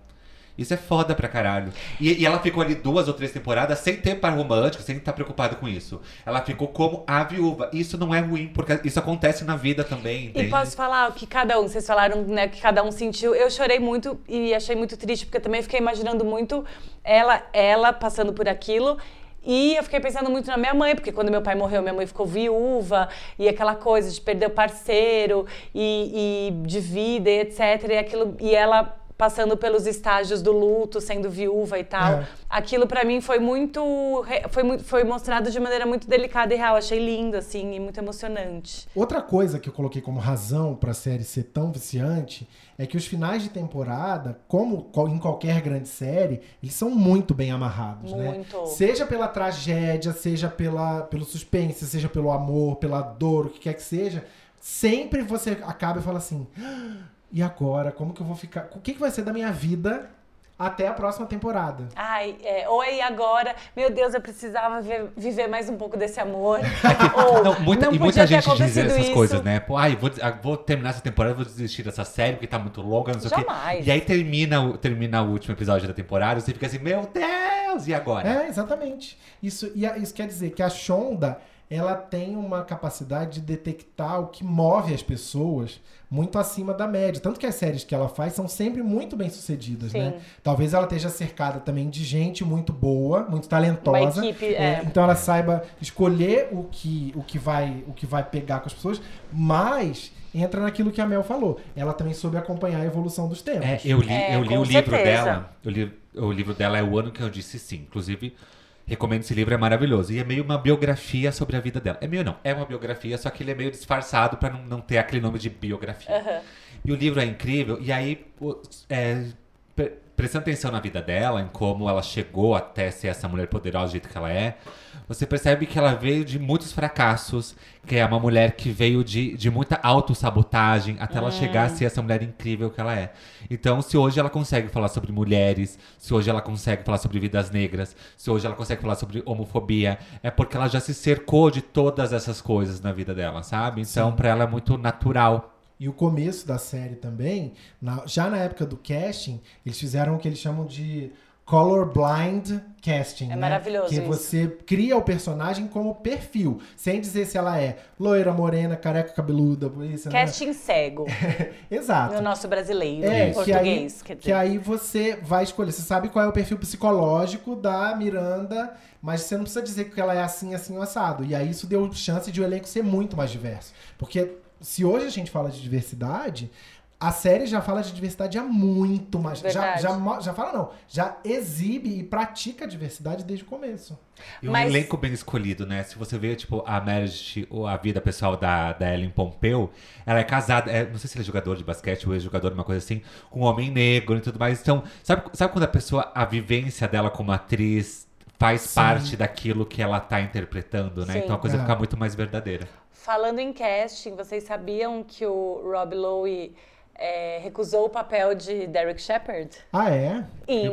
B: Isso é foda pra caralho. E, e ela ficou ali duas ou três temporadas sem ter par romântico, sem estar preocupada com isso. Ela ficou como a viúva. Isso não é ruim, porque isso acontece na vida também,
C: E
B: entende?
C: posso falar o que cada um, vocês falaram, né, que cada um sentiu. Eu chorei muito e achei muito triste, porque eu também fiquei imaginando muito ela, ela passando por aquilo. E eu fiquei pensando muito na minha mãe, porque quando meu pai morreu, minha mãe ficou viúva, e aquela coisa de perder o parceiro, e, e de vida, e etc. E, aquilo, e ela passando pelos estágios do luto, sendo viúva e tal.
D: É.
C: Aquilo pra mim foi muito, re- foi muito. Foi mostrado de maneira muito delicada e real. Achei lindo, assim, e muito emocionante.
D: Outra coisa que eu coloquei como razão pra série ser tão viciante é que os finais de temporada, como co- em qualquer grande série, eles são muito bem amarrados, né?
C: Muito.
D: Seja pela tragédia, seja pela, pelo suspense, seja pelo amor, pela dor, o que quer que seja, sempre você acaba e fala assim: "Ah, e agora? Como que eu vou ficar? O que, que vai ser da minha vida até a próxima temporada?
C: Ai, é, ou é e agora, meu Deus, eu precisava vi- viver mais um pouco desse amor. ou,
B: Não, muita,
C: não
B: e
C: podia
B: muita
C: ter
B: gente diz
C: acontecido
B: essas
C: isso.
B: coisas, né? Pô, ai, vou, des- ah, vou terminar essa temporada, vou desistir dessa série, porque tá muito longa, não sei o quê.
C: Jamais.
B: E aí termina, o- termina o último episódio da temporada, você fica assim, meu Deus, e agora?
D: É, exatamente. Isso, e a- isso quer dizer que a Shonda ela tem uma capacidade de detectar o que move as pessoas muito acima da média. Tanto que as séries que ela faz são sempre muito bem sucedidas,
C: Sim.
D: né? Talvez ela esteja cercada também de gente muito boa, muito talentosa.
C: Uma equipe, é.
D: Então ela saiba escolher o que, o que vai o que vai pegar com as pessoas, mas entra naquilo que a Mel falou. Ela também soube acompanhar a evolução dos tempos.
B: É, eu li,
C: É,
B: eu li
C: com
B: o livro
C: certeza.
B: dela. Eu li- o livro dela é o ano que eu disse sim. Inclusive, recomendo esse livro, é maravilhoso. E é meio uma biografia sobre a vida dela. É meio não, é uma biografia, só que ele é meio disfarçado pra não, não ter aquele nome de biografia. E o livro é incrível. E aí, o- é, pre- prestando atenção na vida dela, em como ela chegou até ser essa mulher poderosa do jeito que ela é, você percebe que ela veio de muitos fracassos, que é uma mulher que veio de, de muita autossabotagem até ela chegar a ser essa mulher incrível que ela é. Então, se hoje ela consegue falar sobre mulheres, se hoje ela consegue falar sobre vidas negras, se hoje ela consegue falar sobre homofobia, é porque ela já se cercou de todas essas coisas na vida dela, sabe? Então, pra ela é muito natural.
D: E o começo da série também, na- já na época do casting, eles fizeram o que eles chamam de colorblind casting.
C: É
D: né?
C: maravilhoso
D: Que
C: isso.
D: você cria o personagem como perfil, sem dizer se ela é loira, morena, careca, cabeluda, por isso. né?
C: Casting cego,
D: Exato.
C: no nosso brasileiro,
D: É,
C: em
D: que aí,
C: português. quer dizer.
D: que aí você vai escolher. Você sabe qual é o perfil psicológico da Miranda, mas você não precisa dizer que ela é assim, assim, ou assado. E aí isso deu chance de o elenco ser muito mais diverso. Porque se hoje a gente fala de diversidade, a série já fala de diversidade há muito mais. Já,
C: Verdade.
D: já, mo- já fala, não. Já exibe e pratica a diversidade desde o começo.
B: E um
C: Mas-
B: elenco bem escolhido, né? Se você vê, tipo, a Meredith, ou a vida pessoal da, da Ellen Pompeu, ela é casada, é, não sei se ele é jogador de basquete ou ex-jogador, uma coisa assim, com um homem negro e tudo mais. Então, sabe, sabe quando a pessoa, a vivência dela como atriz faz parte daquilo que ela tá interpretando, né?
C: Sim.
B: Então a coisa
D: É.
B: fica muito mais verdadeira.
C: Falando em casting, vocês sabiam que o Rob Lowe é, recusou o papel de Derek Shepard?
D: Ah, é?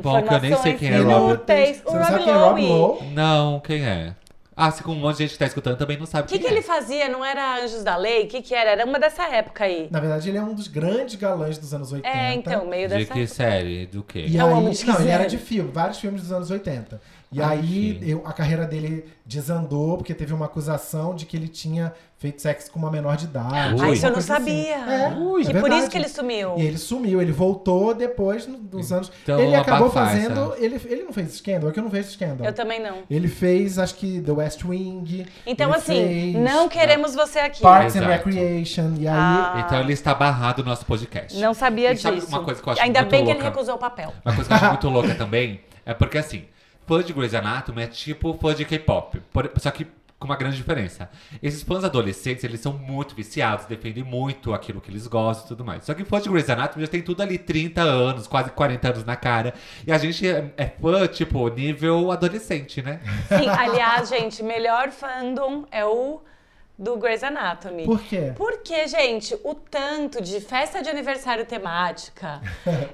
B: bom, que eu nem sei quem é Rob.
C: inúteis. O
D: Você não sabe quem é
C: Rob Lowe.
D: Lowe?
B: Não, quem é? Ah, se com um monte de gente que tá escutando também não sabe
C: O que,
B: quem
C: que
B: é.
C: ele fazia? Não era Anjos da Lei? O que, que era? Era uma dessa época aí.
D: Na verdade, ele é um dos grandes galãs dos anos 80.
C: É, então, meio
B: De
C: dessa
B: que série? Do quê?
D: E
C: É um
D: aí,
C: homem de
D: não, ele
C: quiser.
D: era de filme, vários filmes dos anos 80. E
B: Ah,
D: aí
B: sim.
D: eu- a carreira dele desandou porque teve uma acusação de que ele tinha feito sexo com uma menor de idade.
B: Ui.
C: Ah,
B: Ui.
C: isso eu não
D: Coisa assim.
C: sabia.
D: É,
B: Ui,
D: é
C: e por
D: verdade.
C: isso que ele sumiu.
D: E ele sumiu, ele voltou depois no- nos anos.
B: Então,
D: ele acabou
B: abafar
D: fazendo.
B: essa-
D: Ele, ele não fez Scandal, é que eu não vejo Scandal.
C: Eu também não.
D: Ele fez, acho que, The West Wing.
C: Então,
D: ele
C: assim,
D: fez
C: não queremos você aqui.
D: Parks and
B: Exato.
D: Recreation. E aí.
C: Ah,
B: Então ele está barrado no nosso podcast.
C: Não sabia
B: E
C: disso.
B: sabe uma coisa que eu acho
C: Ainda
B: muito
C: bem que ele
B: louca?
C: recusou o papel.
B: Uma coisa que eu acho muito louca também é porque, assim, fã de Grey's Anatomy é tipo fã de K-pop. por- Só que com uma grande diferença. Esses fãs adolescentes, eles são muito viciados, defendem muito aquilo que eles gostam e tudo mais. Só que fã de Grey's Anatomy já tem tudo ali 30 anos, quase 40 anos na cara. E a gente é, é fã, tipo, nível adolescente, né?
C: Sim, aliás, gente, melhor fandom é o do Grey's Anatomy.
D: Por quê?
C: Porque, gente, o tanto de festa de aniversário temática.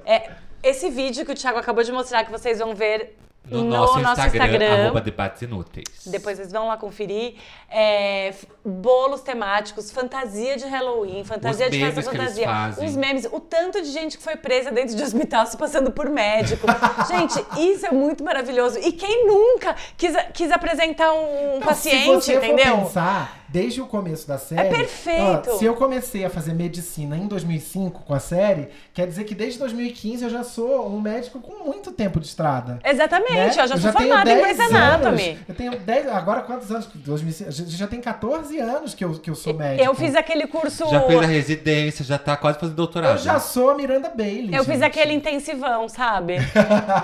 C: é, esse vídeo que o Thiago acabou de mostrar, que vocês vão ver
B: No, nosso, Instagram, arroba debates inúteis.
C: Depois vocês vão lá conferir. É, f- bolos temáticos, fantasia de Halloween, fantasia
B: Os
C: de festa
B: memes que eles
C: fantasia.
B: fazem.
C: Os memes, o tanto de gente que foi presa dentro de hospital se passando por médico. gente, isso é muito maravilhoso. E quem nunca quis, quis apresentar um
D: Então, se
C: paciente,
D: você for
C: entendeu?
D: pensar, desde o começo da série.
C: É perfeito.
D: se eu comecei a fazer medicina em 2005 com a série, quer dizer que desde 2015 eu já sou um médico com muito tempo de estrada.
C: Exatamente, eu já
D: Eu
C: sou
D: já tenho
C: formada em
D: 10
C: Grey's Anatomy.
D: anos. Eu tenho 10. Agora quantos anos? 2005? A gente já tem 14 anos que eu, que eu sou médico.
C: Eu fiz aquele curso.
B: Já fez a residência, já tá quase fazendo doutorado.
D: Eu já sou a Miranda Bailey.
C: Eu fiz
D: gente.
C: aquele intensivão, sabe?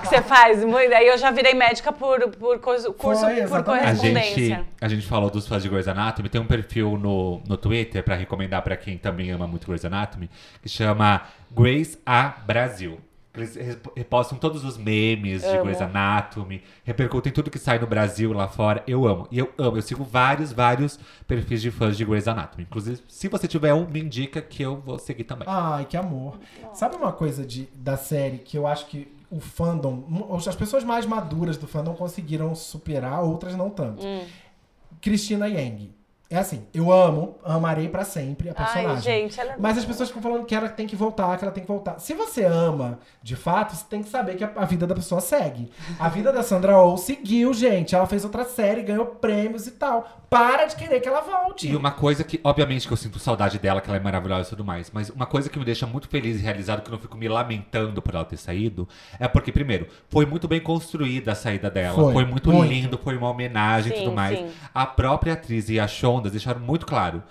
C: que você faz. muito- Aí eu já virei médica por, por coisa- curso
D: Foi,
C: por
D: exatamente.
B: A
C: correspondência.
B: gente, a gente falou dos fãs de Grey's Anatomy. Tem um perfil no, no Twitter pra recomendar pra quem também ama muito Grey's Anatomy, que chama Grey's A Brasil. Eles resp- repostam todos os memes de
C: Amo.
B: Grey's Anatomy, repercutem tudo que sai no Brasil lá fora. Eu amo. E eu amo. Eu sigo vários, vários perfis de fãs de Grey's Anatomy. Inclusive, se você tiver um, me indica que eu vou seguir também.
D: Ai, que amor. Sabe uma coisa de, da série que eu acho que o fandom, as pessoas mais maduras do fandom conseguiram superar, outras não tanto.
C: Hum.
D: Cristina Yang. É assim, eu amo, amarei pra sempre a personagem.
C: Ai, gente, ela é
D: Mas as pessoas ficam falando que ela tem que voltar, que ela tem que voltar. Se você ama, de fato, você tem que saber que a, a vida da pessoa segue. A vida da Sandra Oh seguiu, gente. Ela fez outra série, ganhou prêmios e tal. Para de querer que ela volte.
B: E uma coisa que, obviamente, que eu sinto saudade dela, que ela é maravilhosa e tudo mais, mas uma coisa que me deixa muito feliz e realizado, que eu não fico me lamentando por ela ter saído, é porque, primeiro, foi muito bem construída a saída dela.
D: Foi,
B: Foi, muito,
D: muito.
B: lindo, foi uma homenagem e
C: Sim,
B: tudo mais.
C: sim.
B: A própria atriz e a Shonda deixaram muito claro.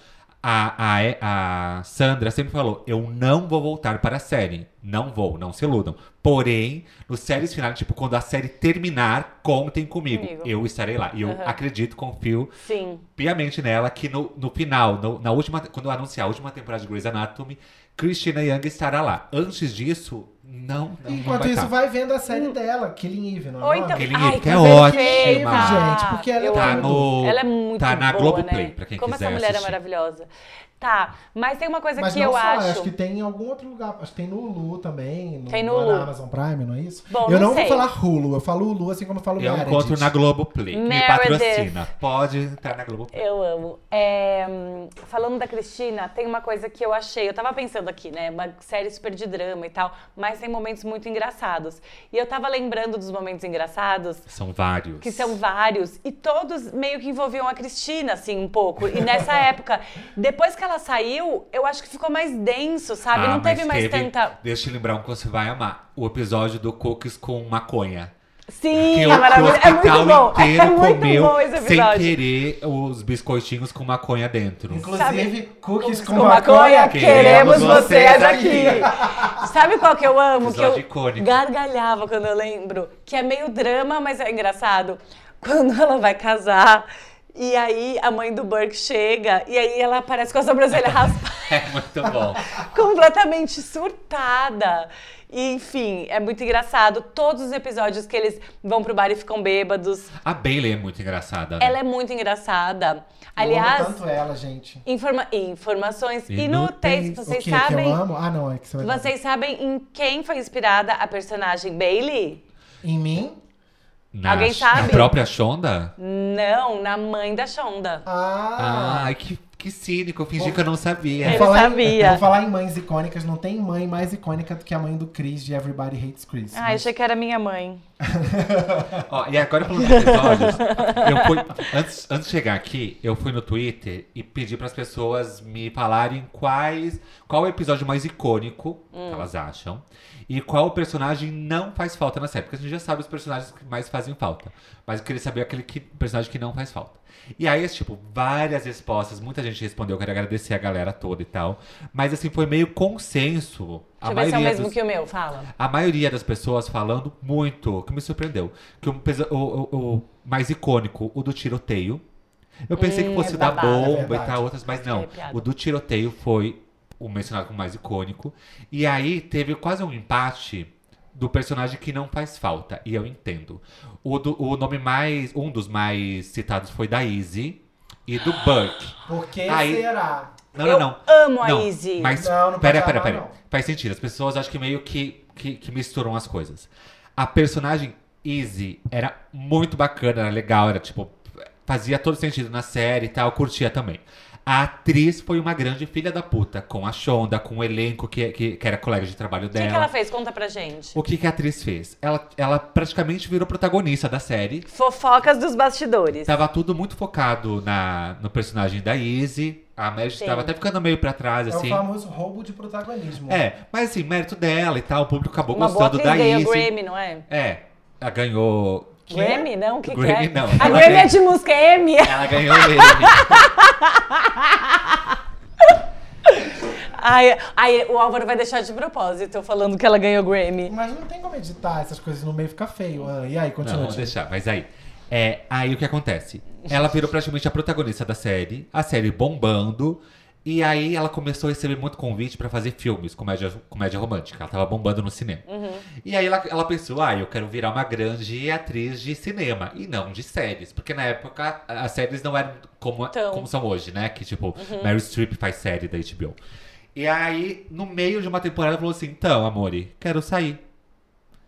B: A, a, a Sandra sempre falou: Eu não vou voltar para a série. Não vou, não se iludam. Porém, nos séries finais, tipo, quando a série terminar, contem comigo.
C: Comigo.
B: Eu estarei lá. E eu
C: Aham.
B: acredito, confio
C: Sim.
B: piamente nela que no, no final, no- na última, quando eu anunciar a última temporada de Grey's Anatomy, Christina Young estará lá. Antes disso, não, não, não
D: Enquanto
B: vai tá.
D: isso,
B: estar.
D: vai vendo a série dela, Killing Eve, não é?
C: Hum. Ou
D: o nome?
B: Aquele
C: então. Ai,
B: livro que
C: que
B: é
C: perfeita.
B: ótimo,
D: gente, porque ela é
C: Eu
B: Tá
C: amo.
B: no,
C: Ela é muito
B: tá na
C: boa,
B: Globoplay,
C: né?
B: pra quem
C: Como
B: quiser
C: essa mulher
B: assistir.
C: é maravilhosa. Tá, mas tem uma coisa
D: Mas
C: que
D: não
C: eu
D: só,
C: acho.
D: acho que tem em algum outro lugar. Acho que tem no Hulu também. No,
C: Tem no
D: lá
C: Hulu.
D: na Amazon Prime, não é isso?
C: Bom,
D: eu
C: não
D: não
C: sei.
D: vou falar Hulu, eu falo Hulu assim como eu falo
B: Eu
D: Meredith.
B: encontro É um na Globoplay, que me
C: Meredith.
B: patrocina. Pode entrar na Globoplay.
C: Eu amo. É, hum, falando da Cristina, tem uma coisa que eu achei. Eu tava pensando aqui, né? Uma série super de drama e tal, mas tem momentos muito engraçados. E eu tava lembrando dos momentos engraçados
B: São vários.
C: que são vários, e todos meio que envolviam a Cristina, assim, um pouco. E nessa época, depois que ela saiu, eu acho que ficou mais denso, sabe?
B: Ah,
C: Não
B: mas
C: teve mais tanta.
B: Deixa eu te lembrar um que você vai amar. O episódio do Cookies com maconha.
C: Sim,
B: Que
C: é
B: o
C: maravilhoso. É muito
B: hospital
C: bom.
B: inteiro
C: É muito
B: comeu
C: bom esse
B: sem
C: episódio.
B: querer os biscoitinhos com maconha dentro.
D: Inclusive, cookies com,
C: Com maconha, queremos
B: Queremos
C: vocês
B: vocês
C: aqui. Sabe qual que eu amo? Que eu
B: Episódio icônico.
C: gargalhava quando eu lembro. Que é meio drama, mas é engraçado. Quando ela vai casar, e aí a mãe do Burke chega, e aí ela aparece com a sobrancelha raspada.
B: É muito bom.
C: completamente surtada. E, enfim, é muito engraçado. Todos os episódios que eles vão pro bar e ficam bêbados.
B: A Bailey é muito engraçada. né?
C: Ela é muito engraçada.
D: Aliás...
C: Aliás,
D: tanto ela, gente.
C: informa- informações
B: Inúteis.
C: inúteis.
D: o
C: Vocês
D: que, que
C: sabem.
D: eu amo? Ah, não, é que você
B: né?
D: vai
C: Vocês sabem em quem foi inspirada a personagem Bailey?
D: Em mim?
B: Na-
C: Alguém sabe?
B: Na própria Shonda?
C: Não, na mãe da Shonda.
D: Ah...
B: Ai, que, que cínico. Eu fingi que eu não
D: Vou
B: sabia.
C: Ele
D: falar em-
C: sabia.
D: vou falar em mães icônicas, não tem mãe mais icônica do que a mãe do Chris de Everybody Hates Chris.
C: Ah, eu achei que era minha mãe.
B: Ó, e agora falando dos episódios, eu fui, antes, antes de chegar aqui, eu fui no Twitter e pedi para as pessoas me falarem quais, qual é o episódio mais icônico
C: Hum.
B: que elas acham e qual o personagem não faz falta na série. Porque a gente já sabe os personagens que mais fazem falta. Mas eu queria saber aquele que, personagem que não faz falta. E aí, tipo, várias respostas, muita gente respondeu, eu quero agradecer a galera toda e tal. Mas assim, foi meio consenso.
C: Deixa
B: a
C: eu ver se é o
B: maioria
C: mesmo
B: dos-
C: que o meu. Fala.
B: a maioria das pessoas falando muito, que me surpreendeu. Que um pesa- o, o- o mais icônico, o do tiroteio. Eu pensei que fosse
C: é
B: o da
C: babado.
D: É
B: bomba e
D: verdade.
B: tal, outras, mas não.
C: É piada.
B: O do tiroteio foi o mencionado como mais icônico. E aí teve quase um empate do personagem que não faz falta. E eu entendo. O, do- o nome mais. Um dos mais citados foi da Izzy e do Burke.
D: Por que
B: Aí-
D: será?
B: Não,
C: Eu
B: não, não.
C: amo a
B: não,
C: Izzy.
B: Mas,
D: Não, não pode
B: pera, pera,
D: amar,
B: pera.
D: não.
B: Faz sentido. As pessoas acho que meio que, que, que misturam as coisas. A personagem Izzy era muito bacana, era legal, era tipo. Fazia todo sentido na série e tal, eu curtia também. A atriz foi uma grande filha da puta, com a Shonda, com o elenco que, que, que era colega de trabalho
C: O que,
B: dela.
C: que ela fez? Conta pra gente.
B: O que, que a atriz fez? Ela, ela praticamente virou protagonista da série.
C: Fofocas dos bastidores.
B: Tava tudo muito focado na, no personagem da Izzy. A Meredith
C: Sim.
B: tava até ficando meio pra trás,
D: É o
B: assim.
D: famoso roubo de protagonismo.
B: É, mas assim, mérito dela e tal, o público acabou
C: Uma boa
B: gostando
C: atriz
B: da
C: ganhou
B: Izzy.
C: Grammy, não é?
B: É, ela ganhou
D: Quê?
C: Grammy, não? O que que
B: Grammy
C: é?
B: não.
C: A
B: Ela
C: Grammy é
B: ganha-
C: de música, é M.
B: Ela ganhou ele.
C: Ai, ai, o Álvaro vai deixar de propósito eu falando que ela ganhou Grammy.
D: Mas não tem como editar essas coisas no meio, fica feio. Ah, e aí,
B: Não,
D: continua.
B: vou
D: Tito.
B: deixar, mas aí. É, aí o que acontece? Ela virou praticamente a protagonista da série, a série bombando. E aí ela começou a receber muito convite pra fazer filmes, comédia, comédia romântica. Ela tava bombando no cinema. E aí ela, ela pensou, ah, eu quero virar uma grande atriz de cinema e não de séries. Porque na época a- as séries não eram como,
C: Então.
B: como são hoje, né? Que tipo, Mary Streep faz série da HBO. E aí, no meio de uma temporada, ela falou assim: então, amore, quero sair.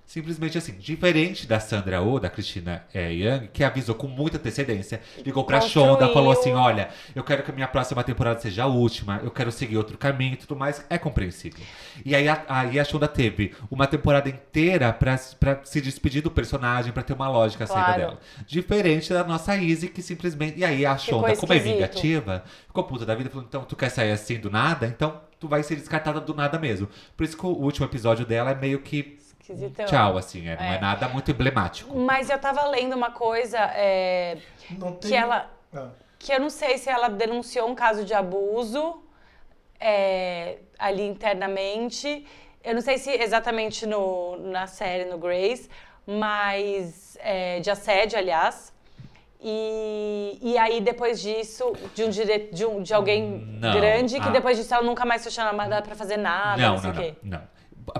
B: Simplesmente assim, diferente da Sandra Oh, da Cristina eh, Young, que avisou com muita antecedência, ligou pra
C: Construiu.
B: Shonda, falou assim: olha, eu quero que a minha próxima temporada seja a última, eu quero seguir outro caminho e tudo mais, é compreensível. E aí a, aí a Shonda teve uma temporada inteira pra, pra se despedir do personagem, pra ter uma lógica a saída
C: Claro.
B: dela. Diferente da nossa Izzy, que simplesmente. E aí a
C: Ficou
B: Shonda, como é
C: esquisito.
B: vingativa, ficou puta da vida, falou: então tu quer sair assim do nada? Então tu vai ser descartada do nada mesmo. Por isso que o último episódio dela é meio que
C: Esquisitão.
B: tchau, assim, é, não é
C: Então, É. Um
B: nada muito emblemático.
C: Mas eu tava lendo uma coisa é,
D: Não tem...
C: que ela.
D: Ah.
C: que eu não sei se ela denunciou um caso de abuso é, ali internamente. Eu não sei se exatamente no, na série, no Grace, mas é, de assédio, aliás. E, e aí, depois disso, de, um dire... de, um- de alguém
B: Não,
C: grande, que
B: ah.
C: depois disso ela nunca mais foi chamada pra fazer nada, não,
B: não,
C: sei
B: não,
C: o quê.
B: não, não.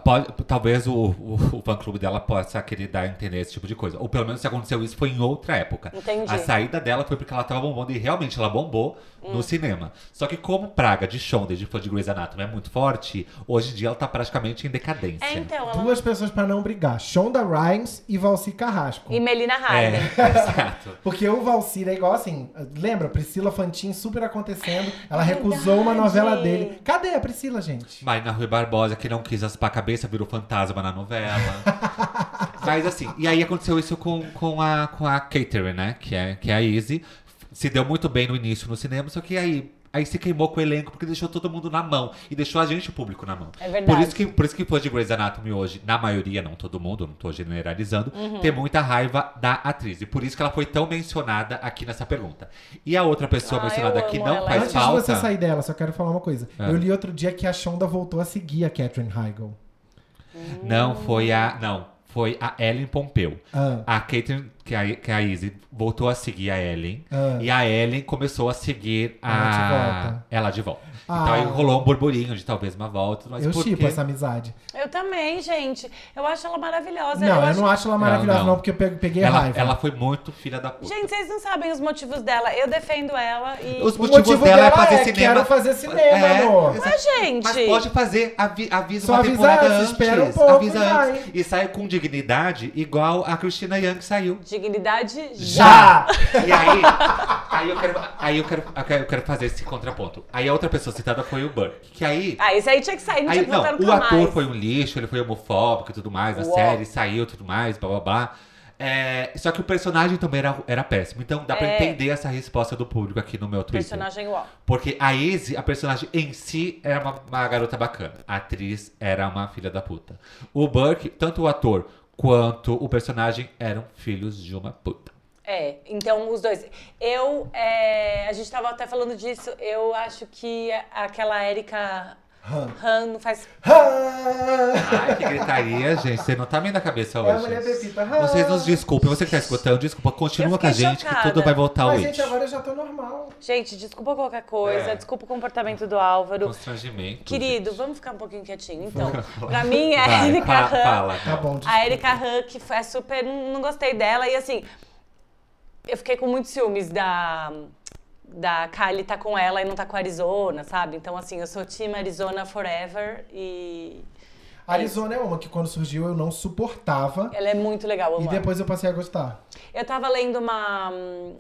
B: Pode- talvez o, o, o fã-clube dela possa querer dar a entender esse tipo de coisa. Ou pelo menos se aconteceu isso foi em outra época.
C: Entendi.
B: A saída dela foi porque ela tava bombando e realmente ela bombou
C: Hum.
B: no cinema. Só que como praga de Shonda e de fã de Grey's Anatomy é muito forte, hoje em dia ela tá praticamente em decadência.
C: É, então, ela...
D: Duas pessoas pra não brigar: Shonda Rhimes e Valci Carrasco.
C: E Melina Harden.
B: É, exato.
D: Porque o Valcir é igual assim, lembra? Priscila Fantin super acontecendo. Ela
C: É
D: recusou uma
C: verdade.
D: novela dele. Cadê a Priscila, gente?
B: Marina Rui Barbosa, que não quis raspar a cabeça, virou fantasma na novela. Mas assim, e aí aconteceu isso com, com, a, com a Catherine, né? Que é, que é a Izzy. Se deu muito bem no início no cinema, só que aí, aí se queimou com o elenco porque deixou todo mundo na mão. E deixou a gente, o público, na mão.
C: É verdade.
B: Por isso que, por isso que fãs de Grey's Anatomy hoje, na maioria, não todo mundo, não tô generalizando,
C: Uhum.
B: tem muita raiva da atriz. E por isso que ela foi tão mencionada aqui nessa pergunta. E a outra pessoa
C: Ah,
B: mencionada
C: eu
B: aqui
C: amo
B: não
C: ela.
B: faz
D: Antes
B: falta. Ah.
D: de você sair dela, só quero falar uma coisa. Eu li outro dia que a Shonda voltou a seguir a Catherine Heigl.
B: Não, foi a. Não, foi a Ellen Pompeu.
D: Ah.
B: A Caitlyn, que a, que a Izzy, voltou a seguir a Ellen.
D: Ah.
B: E a Ellen começou a seguir
D: Ela de
B: a.
D: volta.
B: Ela de volta.
D: Ah.
B: Então aí rolou um burburinho de talvez uma volta. Mas
D: eu
B: por
D: chipo
B: quê?
D: essa amizade.
C: Eu também, gente. Eu acho ela maravilhosa.
D: não, eu
C: acho
D: não acho ela é maravilhosa,
B: Não,
D: não,
B: não.
D: porque eu pe- peguei
B: Ela,
D: raiva.
B: ela foi muito filha da puta.
C: Gente, vocês não sabem os motivos dela. Eu defendo ela e.
B: Os
D: O
B: motivos
D: motivo
B: dela,
D: dela
B: é fazer
D: é,
B: cinema.
D: quero fazer cinema,
B: é,
D: amor.
B: exato.
C: Mas, gente.
B: Mas pode fazer, avi, avisa
D: Só
B: uma
D: avisa
B: temporada
D: antes,
B: antes.
D: espera um pouco,
B: avisa
D: vai.
B: antes. E sai com dignidade, igual a Christina Young saiu.
C: Dignidade
D: Já!
B: E aí, aí, eu quero, aí eu, quero, eu quero- eu quero fazer esse contraponto. Aí a outra pessoa citada foi o Burke. Que aí.
C: Ah, isso aí tinha que sair, não tinha
B: aí
C: que
B: não,
C: voltar
B: o
C: nunca
B: ator
C: mais.
B: foi um lixo, ele foi homofóbico e tudo mais, na
C: Uou.
B: série, saiu e tudo mais, blá blá blá. É, só que o personagem também era, era péssimo. Então dá pra
C: É.
B: entender essa resposta do público aqui no meu Twitter.
C: Personagem UOL.
B: Porque a Izzy, a personagem em si, era uma, uma garota bacana. A atriz era uma filha da puta. O Burke, tanto o ator quanto o personagem eram filhos de uma puta.
C: É, então os dois. Eu, é, a gente tava até falando disso, eu acho que aquela Erika Han não faz...
D: Ah!
B: Ai, que gritaria, gente. Você não tá bem na cabeça
D: É a
B: hoje.
D: mulher Ah. Pepita.
B: Vocês nos desculpem, você que tá escutando, desculpa. Continua
C: Eu
B: com a
C: fiquei
B: gente que
C: chocada.
B: tudo vai voltar ao
D: Mas,
B: eixo.
D: gente, agora eu já tô normal.
C: Gente, desculpa qualquer coisa,
B: É.
C: desculpa o comportamento do Álvaro.
B: Constrangimento.
C: Querido, vamos ficar um pouquinho quietinho. Então, pra mim é a
B: Vai,
C: Erika
B: fa-
C: Han.
B: fala.
D: Tá bom,
C: A
D: desculpa.
C: Erika Han, que é super. Não gostei dela. E assim, eu fiquei com muitos ciúmes da. Da Kylie tá com ela e não tá com a Arizona, sabe? Então, assim, eu sou time Arizona forever e.
D: Arizona é uma que quando surgiu eu não suportava.
C: Ela é muito legal, eu
D: E
C: amo.
D: depois eu passei a gostar.
C: Eu tava lendo uma. hum,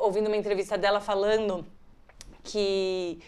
C: ouvindo uma entrevista dela falando que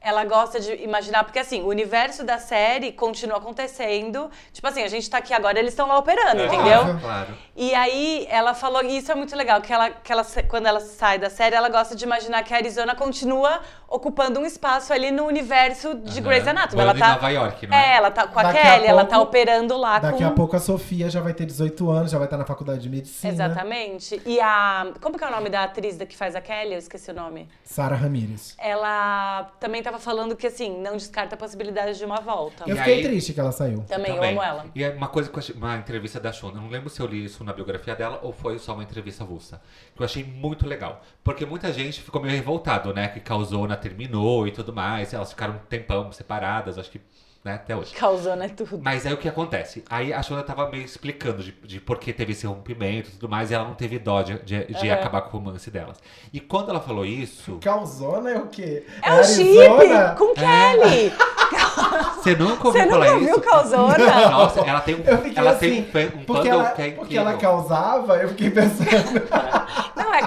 C: ela gosta de imaginar, porque assim, o universo da
B: É.
C: série continua acontecendo. Tipo assim, a gente tá aqui agora, eles estão lá operando, entendeu?
B: Claro.
C: E aí ela falou, e isso é muito legal, que, ela, que ela, quando ela sai da série, ela gosta de imaginar que a Arizona continua ocupando um espaço ali no universo de
B: Aham.
C: Grey's Anatomy. Ela
B: Morando em
C: tá,
B: Nova York, não é?
C: é, ela tá com a
D: Daqui a
C: Kelly, ela tá
D: pouco-
C: operando lá
D: Daqui
C: com...
D: a né? pouco a Sofia já vai ter 18 anos, já vai estar na faculdade de medicina.
C: Exatamente. E a. Como que é o nome da atriz da que faz a Kelly? Eu esqueci o nome.
D: Sara Ramirez.
C: Ela também tava falando que, assim, não descarta a possibilidade de uma volta.
D: Eu
B: E
D: fiquei
B: aí-
D: triste que ela saiu.
C: Também, eu amo ela.
B: E é uma coisa que eu achei, uma entrevista da Shona, eu não lembro se eu li isso na biografia dela ou foi só uma entrevista avulsa, que eu achei muito legal. Porque muita gente ficou meio revoltado, né? Que Calzona terminou e tudo mais, elas ficaram um tempão separadas, acho que, né, até hoje.
C: Causou, né, tudo.
B: Mas aí o que acontece? Aí a Shona tava meio explicando de, de por que teve esse rompimento e tudo mais, e ela não teve dó de, de, de acabar com o romance delas. E quando ela falou isso,
D: Calzona é o quê?
C: É o
D: Arizona?
C: Chip
B: É.
C: com Kelly!
B: você nunca ouviu
C: Você
B: falar
C: nunca
B: isso?
C: viu Calzona?
B: Nossa, ela tem um,
D: Eu fiquei
B: ela tem
D: assim,
B: um fan- um
D: porque,
B: fandom
D: ela,
B: que é
D: porque ela
B: incrível.
D: causava, eu fiquei pensando.
C: Não, é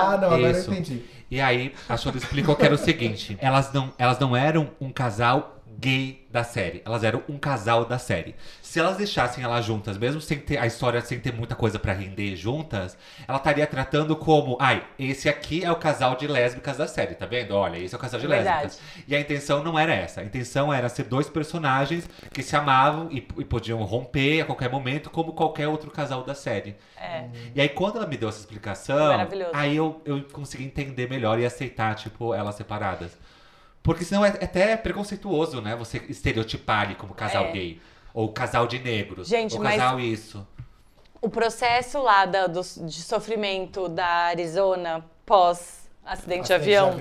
D: ah, não, agora
B: Isso.
D: eu entendi.
B: E aí, a Shonda explicou que era o seguinte: elas não, elas não eram um casal gay da série. Elas eram um casal da série. Se elas deixassem elas juntas, mesmo sem ter a história, sem ter muita coisa pra render juntas, ela estaria tratando como, ai, esse aqui é o casal de lésbicas da série, tá vendo? Olha, esse é o casal de
C: Verdade.
B: lésbicas. E a intenção não era essa. A intenção era ser dois personagens que se amavam e, e podiam romper a qualquer momento, como qualquer outro casal da série.
C: É.
B: E aí, quando ela me deu essa explicação,
C: Maravilhoso.
B: aí eu, eu consegui entender melhor e aceitar, tipo, elas separadas. Porque senão é é até preconceituoso, né? Você estereotipar ele como casal
C: É.
B: gay. Ou casal de negros.
C: Gente,
B: ou
C: mas-
B: casal isso.
C: O processo lá da, do, de sofrimento da Arizona pós acidente de avião.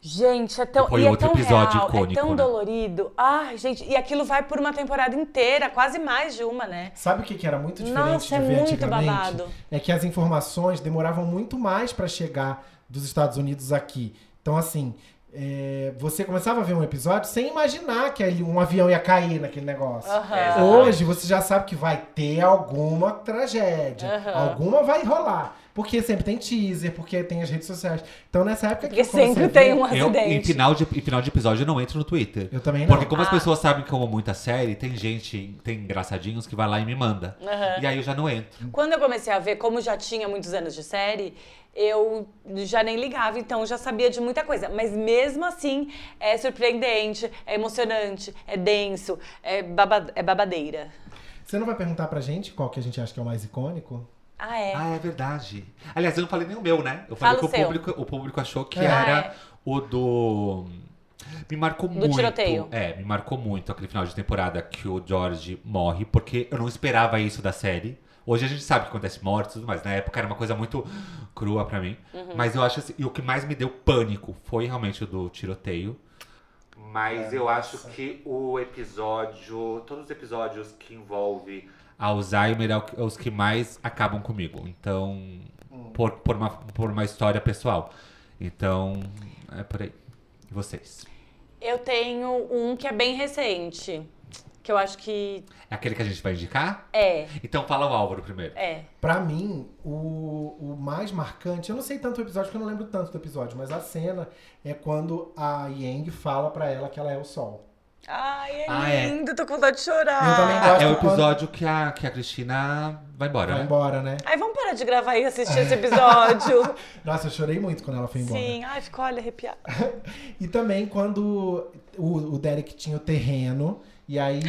C: Gente, é tão,
B: Foi
C: e é
B: outro
C: tão
B: episódio
C: real,
B: icônico,
C: é tão
B: né?
C: dolorido. Ai, gente, e aquilo vai por uma temporada inteira, quase mais de uma, né?
D: Sabe o que, que era muito diferente
C: Nossa, é
D: de ver
C: muito
D: antigamente?
C: babado.
D: É que as informações demoravam muito mais pra chegar dos Estados Unidos aqui. Então, assim, é, você começava a ver um episódio sem imaginar que ali um avião ia cair naquele negócio.
C: Aham.
B: É, exato.
D: Hoje você já sabe que vai ter alguma tragédia.
C: Aham.
D: Alguma vai rolar. Porque sempre tem teaser, porque tem as redes sociais. Então nessa época
C: Porque
D: que eu comecei
C: sempre
D: a
C: tem
D: ver-
C: um
B: Eu, em,
C: acidente.
B: final de, em final de episódio, eu não entro no Twitter.
D: Eu também não.
B: Porque como as
C: Ah.
B: pessoas sabem que eu amo muita série, tem gente, tem engraçadinhos que vai lá e me manda.
C: Aham.
B: E aí eu já não entro.
C: Quando eu comecei a ver, como já tinha muitos anos de série, eu já nem ligava, então já sabia de muita coisa. Mas mesmo assim, é surpreendente, é emocionante, é denso, é, baba- é babadeira.
D: Você não vai perguntar pra gente qual que a gente acha que é o mais icônico?
C: Ah, é.
B: Ah, é verdade. Aliás, eu não falei nem o meu, né? Eu
C: Fala
B: falei
C: o
B: que o
C: seu.
B: público, o público achou que
D: Ah,
B: era
C: é.
B: o do. Me marcou muito.
C: tiroteio.
B: É, me marcou muito aquele final de temporada que o George morre, porque eu não esperava isso da série. Hoje a gente sabe que acontece mortes e tudo mais. Na época era uma coisa muito crua pra mim. Mas eu acho assim. E o que mais me deu pânico foi realmente o do tiroteio. Mas eu acho que o episódio. Todos os episódios que envolve Alzheimer é o que- é os que mais acabam comigo. Então. Por, por, uma, por uma história pessoal. Então. É por aí. E vocês?
C: Eu tenho um que é bem recente, que eu acho que
B: É aquele que a gente vai indicar?
C: é,
B: Então fala o Álvaro primeiro.
C: é.
D: Pra mim, o, o mais marcante, eu não sei tanto o episódio, porque eu não lembro tanto do episódio, mas a cena é quando a Yang fala pra ela que ela é o sol.
C: Ai, é
B: Ah, é.
C: lindo, tô com vontade de chorar.
D: Eu também
B: Ah, é o
D: gosto quando-
B: episódio que a, que a Cristina vai embora,
D: Vai
B: né?
D: embora, né?
C: Ai, vamos parar de gravar e assistir esse episódio.
D: Nossa, eu chorei muito quando ela foi embora.
C: Sim, ai, ficou olha arrepiada.
D: E também quando o, o Derek tinha o terreno, e aí.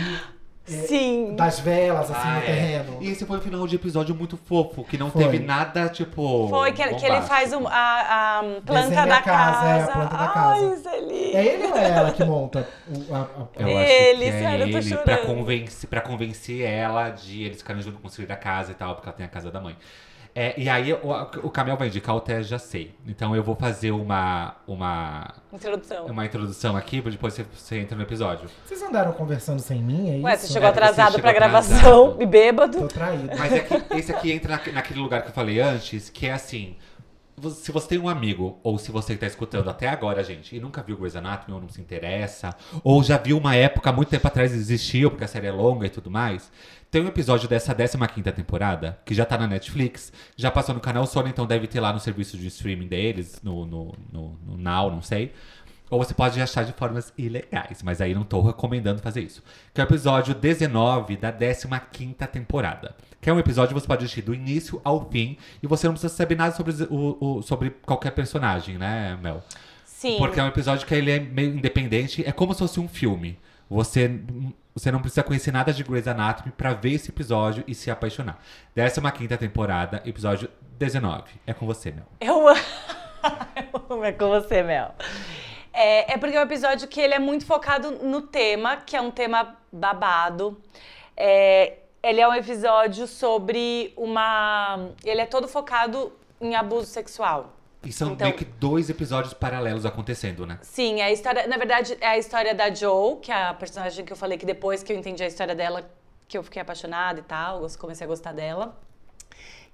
D: É,
C: Sim.
D: Das velas, assim,
B: Ah,
D: no
B: é.
D: terreno.
B: E esse foi um final de episódio muito fofo, que não
D: Foi.
B: teve nada, tipo.
C: Foi que, que ele
B: bombástico.
C: faz um- a, a planta
D: Desenha
C: da
D: a casa, é, a
C: casa.
D: planta da
C: Ai,
D: casa.
C: isso é lindo.
D: É ele ou é ela que monta o- a- a-
B: Eu
C: Ele,
B: acho que
C: sério, eu
B: é
C: tô
B: ele
C: chorando.
B: pra convencer, pra convencer ela de eles ficarem junto construir a casa e tal, porque ela tem a casa da mãe. É, e aí o, o Camel vai indicar o Té já sei. Então eu vou fazer uma, uma,
C: Introdução.
B: uma introdução aqui, pra depois você, você entra no episódio.
D: Vocês andaram conversando sem mim? É isso?
C: Ué, você chegou
B: É, porque você
C: atrasado pra
B: chegou
C: gravação
B: atrasado.
C: e bêbado.
D: Tô traído.
B: Mas é que esse aqui entra naque- naquele lugar que eu falei antes, que é assim. vo- Se você tem um amigo, ou se você que tá escutando até agora, gente, e nunca viu Grey's Anatomy, ou não se interessa, ou já viu uma época, muito tempo atrás existiu, porque a série é longa e tudo mais, tem um episódio dessa 15ª temporada, que já tá na Netflix, já passou no canal Sony, então deve ter lá no serviço de streaming deles, no, no, no, no Now, não sei, Ou você pode achar de formas ilegais, mas aí não tô recomendando fazer isso. Que é o episódio 19 da 15ª temporada. Que é um episódio que você pode assistir do início ao fim e você não precisa saber nada sobre, o- o- sobre qualquer personagem, né, Mel?
C: Sim.
B: Porque é um episódio que ele é meio independente, é como se fosse um filme. Você, você não precisa conhecer nada de Grey's Anatomy pra ver esse episódio e se apaixonar. 15ª temporada, episódio 19. É com você, Mel.
C: Eu amo. Eu amo, é com você, Mel. É, é porque é um episódio que ele é muito focado no tema, que é um tema babado. É, ele é um episódio sobre uma. Ele é todo focado em abuso sexual.
B: E são
C: Então-
B: meio que dois episódios paralelos acontecendo, né?
C: Sim, é a história. Na verdade, é a história da Joe, que é a personagem que eu falei que depois que eu entendi a história dela, que eu fiquei apaixonada e tal, eu comecei a gostar dela.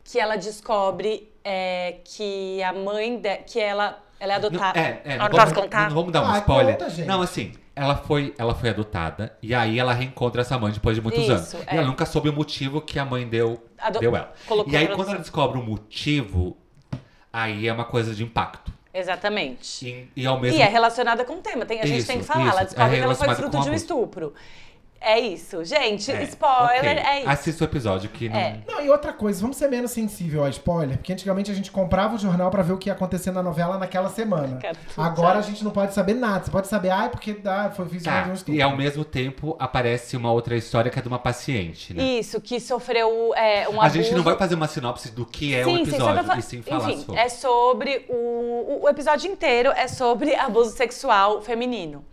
C: Que ela descobre é, que a mãe de, que ela, ela é
B: Não,
C: adotada.
B: é, é,
C: não,
B: vamos-
C: posso contar?
B: não vamos dar um
D: Ah,
B: spoiler.
D: conta, gente.
B: não, assim, ela foi, ela foi adotada e aí ela reencontra essa mãe depois de muitos
C: Isso,
B: anos.
C: é.
B: E ela nunca soube o motivo que a mãe deu,
C: Ado-
B: deu ela.
C: colocou
B: E aí,
C: pra
B: quando ela descobre o motivo, aí é uma coisa de impacto.
C: Exatamente.
B: E, e ao mesmo
C: E é relacionada com o tema. Tem, a gente
B: Isso,
C: tem que falar.
B: isso.
C: Ela descobre
B: É
C: que ela foi
B: relacionada
C: fruto
B: com
C: de um
B: abuso.
C: estupro. É isso. Gente,
B: É,
C: spoiler,
B: ok.
C: é isso.
B: Assista o episódio que não. tá.
C: É.
D: Não, e outra coisa, vamos ser menos sensível a spoiler, porque antigamente a gente comprava o jornal pra ver o que ia acontecer na novela naquela semana.
C: Cara, tu
D: Agora
C: sabe.
D: a gente não pode saber nada. Você pode saber, ah, é porque dá, foi fiz
B: Tá,
D: um
B: E
D: estudo.
B: ao mesmo tempo aparece uma outra história que é de uma paciente, né?
C: Isso, que sofreu é, um
B: a
C: abuso.
B: gente não vai fazer uma sinopse do que é o
C: só pra
B: episódio
C: fa-
B: e sim falar
C: Enfim,
B: sobre.
C: é sobre o, o- o episódio inteiro é sobre abuso sexual feminino.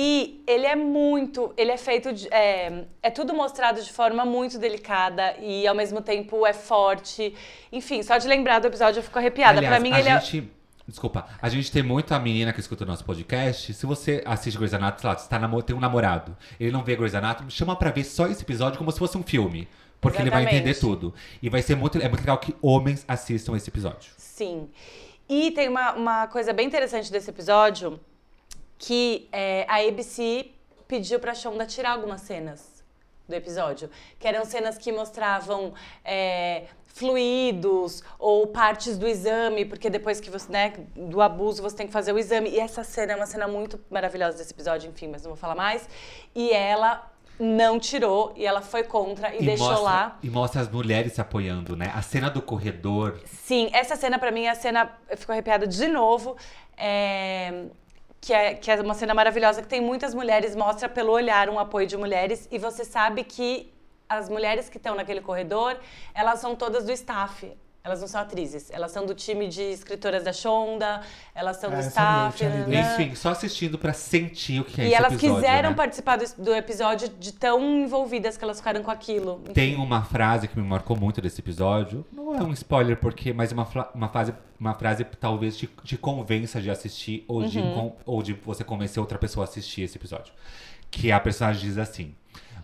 C: E ele é muito, ele é feito de, é, é tudo mostrado de forma muito delicada e ao mesmo tempo é forte. Enfim, só de lembrar do episódio eu fico arrepiada.
B: Aliás,
C: pra mim
B: a
C: ele é
B: gente, Desculpa, a gente tem muito a menina que escuta o nosso podcast. Se você assiste Grey's Anatomy, sei lá, você tá namo- tem um namorado, ele não vê Grey's Anatomy, chama pra ver só esse episódio como se fosse um filme. Porque ele vai
C: Exatamente.
B: entender tudo. E vai ser muito. É muito legal que homens assistam esse episódio.
C: Sim. E tem uma, uma coisa bem interessante desse episódio, que é, a ABC pediu pra Shonda tirar algumas cenas do episódio. Que eram cenas que mostravam é, fluidos ou partes do exame, porque depois que você, né, do abuso, você tem que fazer o exame. E essa cena é uma cena muito maravilhosa desse episódio, enfim, mas não vou falar mais. E ela não tirou, e ela foi contra e, deixou
B: mostra,
C: lá.
B: E mostra as mulheres se apoiando, né? A cena do corredor.
C: Sim, essa cena pra mim é a cena. Eu fico arrepiada de novo. é, que, é, que é uma cena maravilhosa que tem muitas mulheres, mostra pelo olhar um apoio de mulheres. E você sabe que as mulheres que estão naquele corredor, elas são todas do staff. Elas não são atrizes. Elas são do time de escritoras da Shonda, elas são
D: Ah,
C: do
D: eu
C: staff.
D: sabia, eu tinha lido.
C: nananã.
B: Enfim, só assistindo pra sentir o que é
C: E
B: esse
C: elas
B: episódio,
C: quiseram
B: né?
C: participar do, do episódio de tão envolvidas que elas ficaram com aquilo.
B: Tem uma frase que me marcou muito desse episódio. Não é um spoiler, porque, mas é uma, fra- uma, frase, uma frase que talvez te, te convença de assistir ou, de, con- ou de você convencer outra pessoa a assistir esse episódio. Que a personagem diz assim: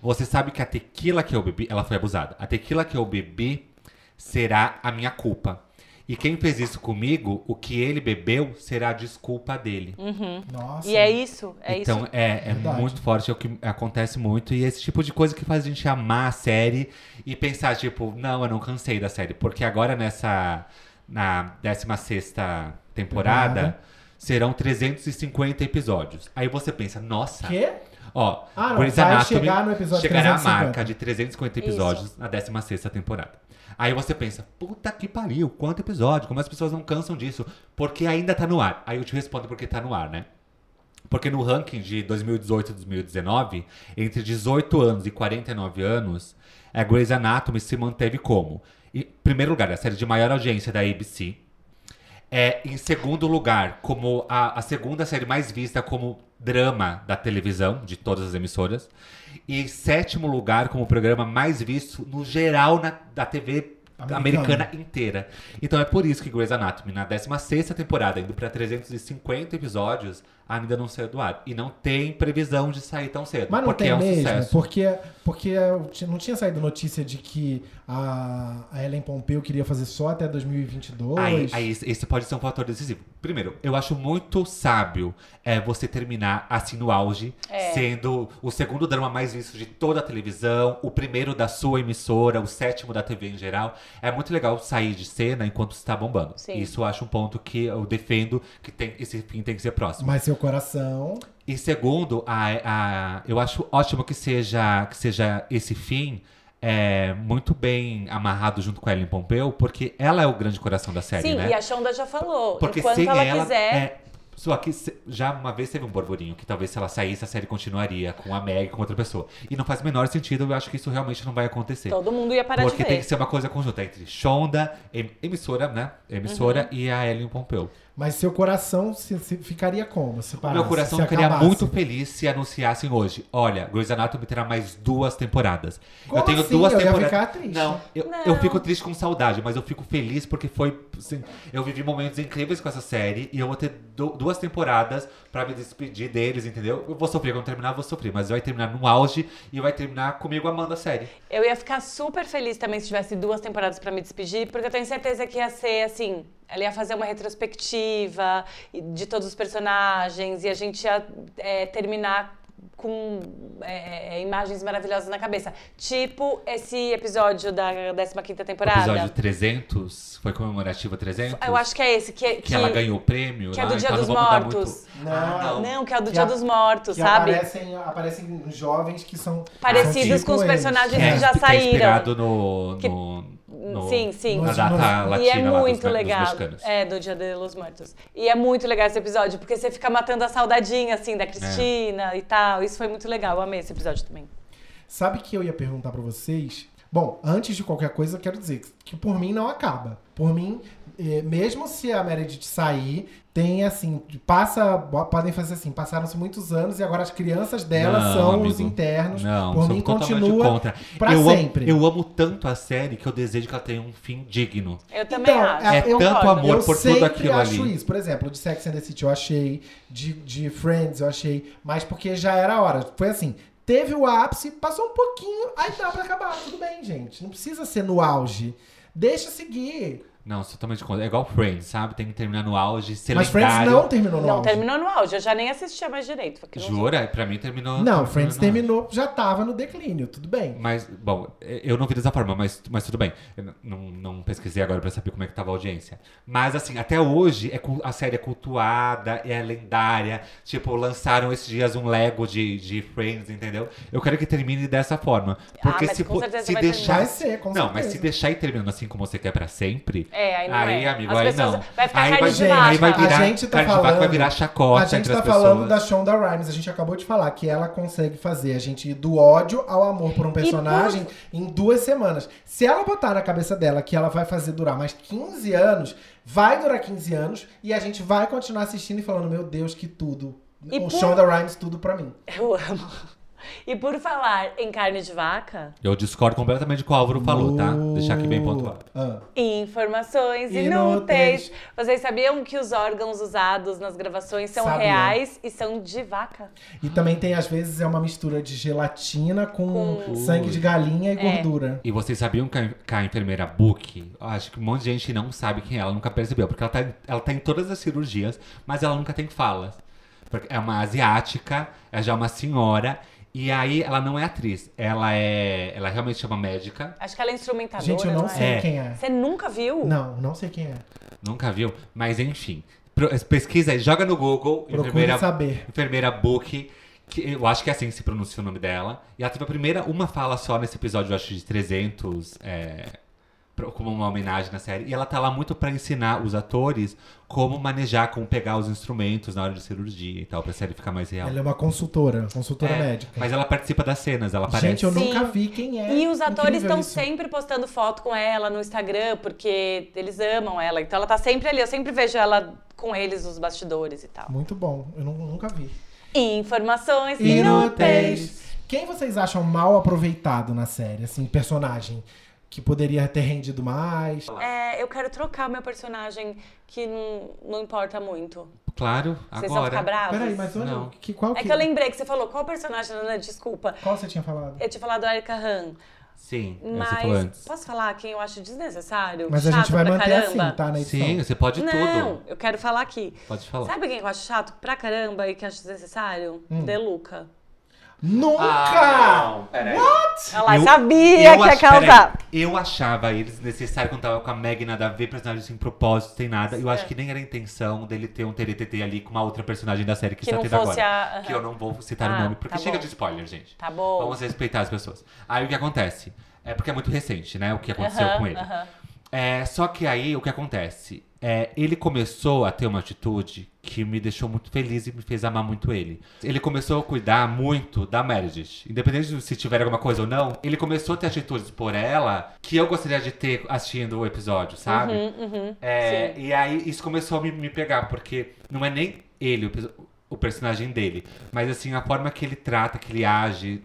B: Você sabe que a tequila que eu bebi, ela foi abusada. A tequila que eu bebi será a minha culpa. E quem fez isso comigo, o que ele bebeu será a desculpa dele.
D: Nossa.
C: E é isso, é
B: então,
C: isso.
B: é, é
D: Verdade.
B: muito forte, é o que acontece muito. E esse tipo de coisa que faz a gente amar a série e pensar, tipo, não, eu não cansei da série. Porque agora nessa. Na 16 temporada,
D: Temporada.
B: serão 350 episódios. Aí você pensa, nossa.
D: Quê?
B: Ó,
D: Ah, não,
B: Grey's
D: vai
B: Anatomy
D: chegar no episódio
B: chegará
D: 350.
B: à marca de 350 episódios na 16 temporada. Aí você pensa, puta que pariu, quanto episódio, como as pessoas não cansam disso, porque ainda tá no ar. Aí eu te respondo porque tá no ar, né? Porque no ranking de 2018 e 2019, entre 18 anos e 49 anos, a Grey's Anatomy se manteve como? Em primeiro lugar, é a série de maior audiência da ABC. É, em segundo lugar, como a, a segunda série mais vista como drama da televisão, de todas as emissoras. E em sétimo lugar, como o programa mais visto no geral na, da TV
D: Americana.
B: americana inteira. Então é por isso que Grey's Anatomy, na 16ª temporada, indo pra 350 episódios, ainda não saiu do ar. E não tem previsão de sair tão cedo,
D: Mas não
B: porque
D: tem
B: é um
D: mesmo,
B: sucesso.
D: porque, porque eu ti- não tinha saído notícia de que a, a Ellen Pompeu queria fazer só até 2022.
B: Aí, aí esse esse pode ser um fator decisivo. Primeiro, eu acho muito sábio é, você terminar assim no auge,
C: É.
B: sendo o segundo drama mais visto de toda a televisão, o primeiro da sua emissora, o sétimo da TV em geral. É muito legal sair de cena enquanto está bombando.
C: Sim.
B: Isso eu acho um ponto que eu defendo que tem, esse fim tem que ser próximo.
D: Mas eu seu coração.
B: E segundo, a, a, eu acho ótimo que seja, que seja esse fim é, muito bem amarrado junto com a Ellen Pompeu, porque ela é o grande coração da série,
C: Sim,
B: né?
C: e a Shonda já falou.
B: Porque
C: Enquanto
B: sem
C: ela,
B: ela.
C: quiser.
B: é, só que se- já uma vez teve um burburinho que talvez se ela saísse, a série continuaria com a Meg, com outra pessoa. E não faz o menor sentido, eu acho que isso realmente não vai acontecer.
C: Todo mundo ia Então, parar
B: Porque
C: de ver.
B: tem que ser uma coisa conjunta entre Shonda, em- emissora, né? Emissora
C: Uhum.
B: e a Ellen Pompeu.
D: Mas seu coração se- se- ficaria como? Se parasse,
B: Meu coração
D: se
B: ficaria
D: acabasse?
B: muito feliz se anunciassem hoje. Olha, Grey's Anatomy terá mais duas temporadas.
D: Como
B: eu tenho
D: assim?
B: duas
D: Eu ia
B: temporadas.
D: ficar triste.
B: Não, eu,
C: Não.
B: eu fico triste com saudade, mas eu fico feliz porque foi. assim, eu vivi momentos incríveis com essa série e eu vou ter du- duas temporadas pra me despedir deles, entendeu? Eu vou sofrer, quando terminar, eu vou sofrer, mas vai terminar no auge e vai terminar comigo amando a série.
C: Eu ia ficar super feliz também se tivesse duas temporadas pra me despedir, porque eu tenho certeza que ia ser assim. Ela ia fazer uma retrospectiva e- de todos os personagens e a gente ia é, terminar com é, é, imagens maravilhosas na cabeça. Tipo esse episódio da 15ª
B: O
C: temporada.
B: episódio 300 foi comemorativo 300?
C: Eu acho que é esse. Que,
B: que, ela ganhou o prêmio.
C: que é do
B: ah,
C: Dia
B: então
C: dos
B: não vou mudar
C: Mortos.
B: muito.
D: Não,
B: Ah,
C: Não, que é o do
D: Que
C: Dia
D: a-
C: dos Mortos,
D: Que
C: sabe?
D: Aparecem, aparecem jovens que são.
C: Parecidos
D: são tipo
C: com os
D: eles.
C: personagens
B: É,
C: que já
B: que É
C: saíram.
B: inspirado no. no, no-
C: Sim, sim.
B: Na
D: Nos-
B: data
D: nos-
B: latina
C: e é
B: lá dos-
C: muito
B: dos
C: legal.
B: mexicanos.
C: é, do Dia de los Mortos. E é muito legal esse episódio, porque você fica matando a saudadinha, assim, da Cristina e tal. Isso foi muito legal. Eu amei esse episódio também.
D: Sabe que eu ia perguntar pra vocês? Bom, antes de qualquer coisa, eu quero dizer que- que por mim não acaba. Por mim, eh, mesmo se a Meredith sair, tem assim, passa, bo- podem fazer assim, passaram-se muitos anos e agora as crianças dela
B: Não,
D: são os
B: amigo.
D: internos.
B: Não,
D: por
B: sou
D: mim
B: totalmente
D: continua
B: contra.
D: pra
B: eu
D: sempre.
B: Amo, eu amo tanto a série que eu desejo que ela tenha um fim digno.
C: Eu também acho.
B: é
D: Então, eu-
B: tanto
C: concordo.
B: amor
D: eu
B: por tudo
D: sempre
B: aquilo
D: acho
B: ali.
D: isso. Por exemplo, de Sex and the City eu achei, de, de Friends eu achei, mas porque já era a hora. Foi assim, teve o ápice, passou um pouquinho, aí dá pra acabar. Tudo bem, gente. Não precisa ser no auge. Deixa seguir.
B: Não, sou totalmente contra. É igual Friends, sabe? Tem que terminar no auge, ser
D: Mas Friends
B: lendário.
D: não terminou no
C: Não
D: auge.
C: terminou no áudio, eu já nem assistia mais direito. Porque não-
B: Jura? Pra mim terminou.
D: Não, Friends
B: no auge.
D: terminou, já tava no declínio, tudo bem.
B: Mas, bom, eh, eu não vi dessa forma, mas, mas tudo bem. Eu n- não, não pesquisei agora pra saber como é que tava a audiência. Mas, assim, até hoje é, cu- a série é cultuada, é lendária. Tipo, lançaram esses dias um Lego de, de Friends, entendeu? Eu quero que termine dessa forma. Porque
C: Ah, mas
B: se,
C: com
B: for-
C: certeza
B: se
C: vai
B: deixar.
D: Vai ser, com
B: não, mas
D: certeza.
B: se deixar ir terminando assim como você quer pra sempre.
C: É, aí não é.
B: amigo,
C: As
B: aí
C: pessoas-
B: não.
C: vai ficar
B: aí
C: carne
B: vai,
C: de vaca.
B: Aí vai
C: A
B: virar,
D: gente tá
B: carne de vaca vai
D: falando-
B: virar chacota
D: a gente
B: entre
D: tá
B: as pessoas.
D: falando da Shonda Rhimes, a gente acabou de falar que ela consegue fazer a gente ir do ódio ao amor por um personagem em duas semanas. Se ela botar na cabeça dela que ela vai fazer durar mais 15 anos, vai durar 15 anos e a gente vai continuar assistindo e falando, meu Deus, que tudo.
C: E
D: o
C: por-
D: Shonda Rhimes, tudo pra mim.
C: Eu amo. E por falar em carne de vaca,
B: Eu discordo completamente do que o Álvaro falou, tá? Deixar aqui bem pontuado.
D: Ah.
C: informações inúteis.
D: Inúteis.
C: Vocês sabiam que os órgãos usados nas gravações são
D: Sabia.
C: reais e são de vaca?
D: E também tem, às vezes, é uma mistura de gelatina com,
B: Com-
D: sangue de galinha e
C: É.
D: gordura.
B: E vocês sabiam que a, que a enfermeira Book, acho que um monte de gente não sabe quem é, ela nunca percebeu, porque ela tá, em- ela tá em todas as cirurgias, mas ela nunca tem falas. Porque é uma asiática, é já uma senhora, e aí ela não é atriz, ela é. Ela realmente chama médica,
C: Acho que ela é instrumentadora,
D: Gente, eu não
C: é?
D: sei
B: É.
D: quem é.
C: Você nunca viu?
D: Não, não sei quem é.
B: nunca viu, mas enfim. Pro- Pesquisa aí, joga no Google,
D: Procure
B: enfermeira
D: saber.
B: enfermeira Book, que eu acho que é assim que se pronuncia o nome dela. E ela teve a primeira, uma fala só nesse episódio, eu acho, de 300, é, pro- como uma homenagem na série. E ela tá lá muito pra ensinar os atores como manejar, como pegar os instrumentos na hora de cirurgia e tal, pra série ficar mais real.
D: Ela é uma consultora, consultora
B: É,
D: médica.
B: Mas ela participa das cenas, ela aparece.
D: Gente, eu
C: Sim.
D: nunca vi quem é.
C: E os atores
D: Incrível
C: estão
D: isso.
C: sempre postando foto com ela no Instagram, porque eles amam ela. Então ela tá sempre ali, eu sempre vejo ela com eles nos bastidores e tal.
D: Muito bom, eu nu- nunca vi.
C: Informações
B: Inúteis.
C: inúteis.
D: Quem vocês acham mal aproveitado na série? Assim, personagem que poderia ter rendido mais?
C: É, eu quero trocar meu personagem, que não, não importa muito.
B: Claro,
C: Vocês vão ficar
B: agora.
C: bravos?
D: Peraí, mas olha,
B: Não.
D: que, qual que...
C: É que eu lembrei que você falou, qual personagem, Ana? Desculpa.
D: Qual você tinha falado?
C: Eu tinha falado a Erika Han,
B: Sim, é, você falou
C: mas
B: antes.
C: posso falar quem eu acho desnecessário?
D: Mas a gente
C: Chato
D: vai
C: pra
D: manter
C: caramba?
D: assim, tá? Na edição.
B: Sim, você pode
C: Não,
B: tudo.
C: eu quero falar aqui.
B: Pode falar.
D: Hum.
C: Sabe quem eu acho chato pra caramba e que acho desnecessário? De Luca.
D: Nunca!
B: não, Ah, peraí.
C: Ela
B: Eu-
C: sabia
B: eu
C: que ia
B: ach- peraí,
C: causar.
B: Eu achava ele desnecessário quando tava com a Meg nada a ver, personagem sem propósito, sem nada. Eu
C: É.
B: acho que nem era a intenção dele ter um TTT ali com uma outra personagem da série que,
C: Que
B: está
C: não
B: tendo
C: fosse
B: agora.
C: a-
B: Que eu não vou citar
C: Ah,
B: o nome, porque
C: tá
B: chega
C: bom.
B: de spoiler, gente.
C: Tá bom.
B: Vamos respeitar as pessoas. Aí o que acontece? É porque é muito recente, né? O que aconteceu
C: Aham,
B: com ele.
C: aham.
B: É, só que aí o que acontece? É, ele começou a ter uma atitude que me deixou muito feliz e me fez amar muito ele. Ele começou a cuidar muito da Meredith. Independente de se tiver alguma coisa ou não, ele começou a ter atitudes por ela que eu gostaria de ter assistindo o episódio, sabe?
C: Uhum,
B: É, e aí isso começou a me, me pegar, porque não é nem ele o, pe- o personagem dele, mas assim, a forma que ele trata, que ele age,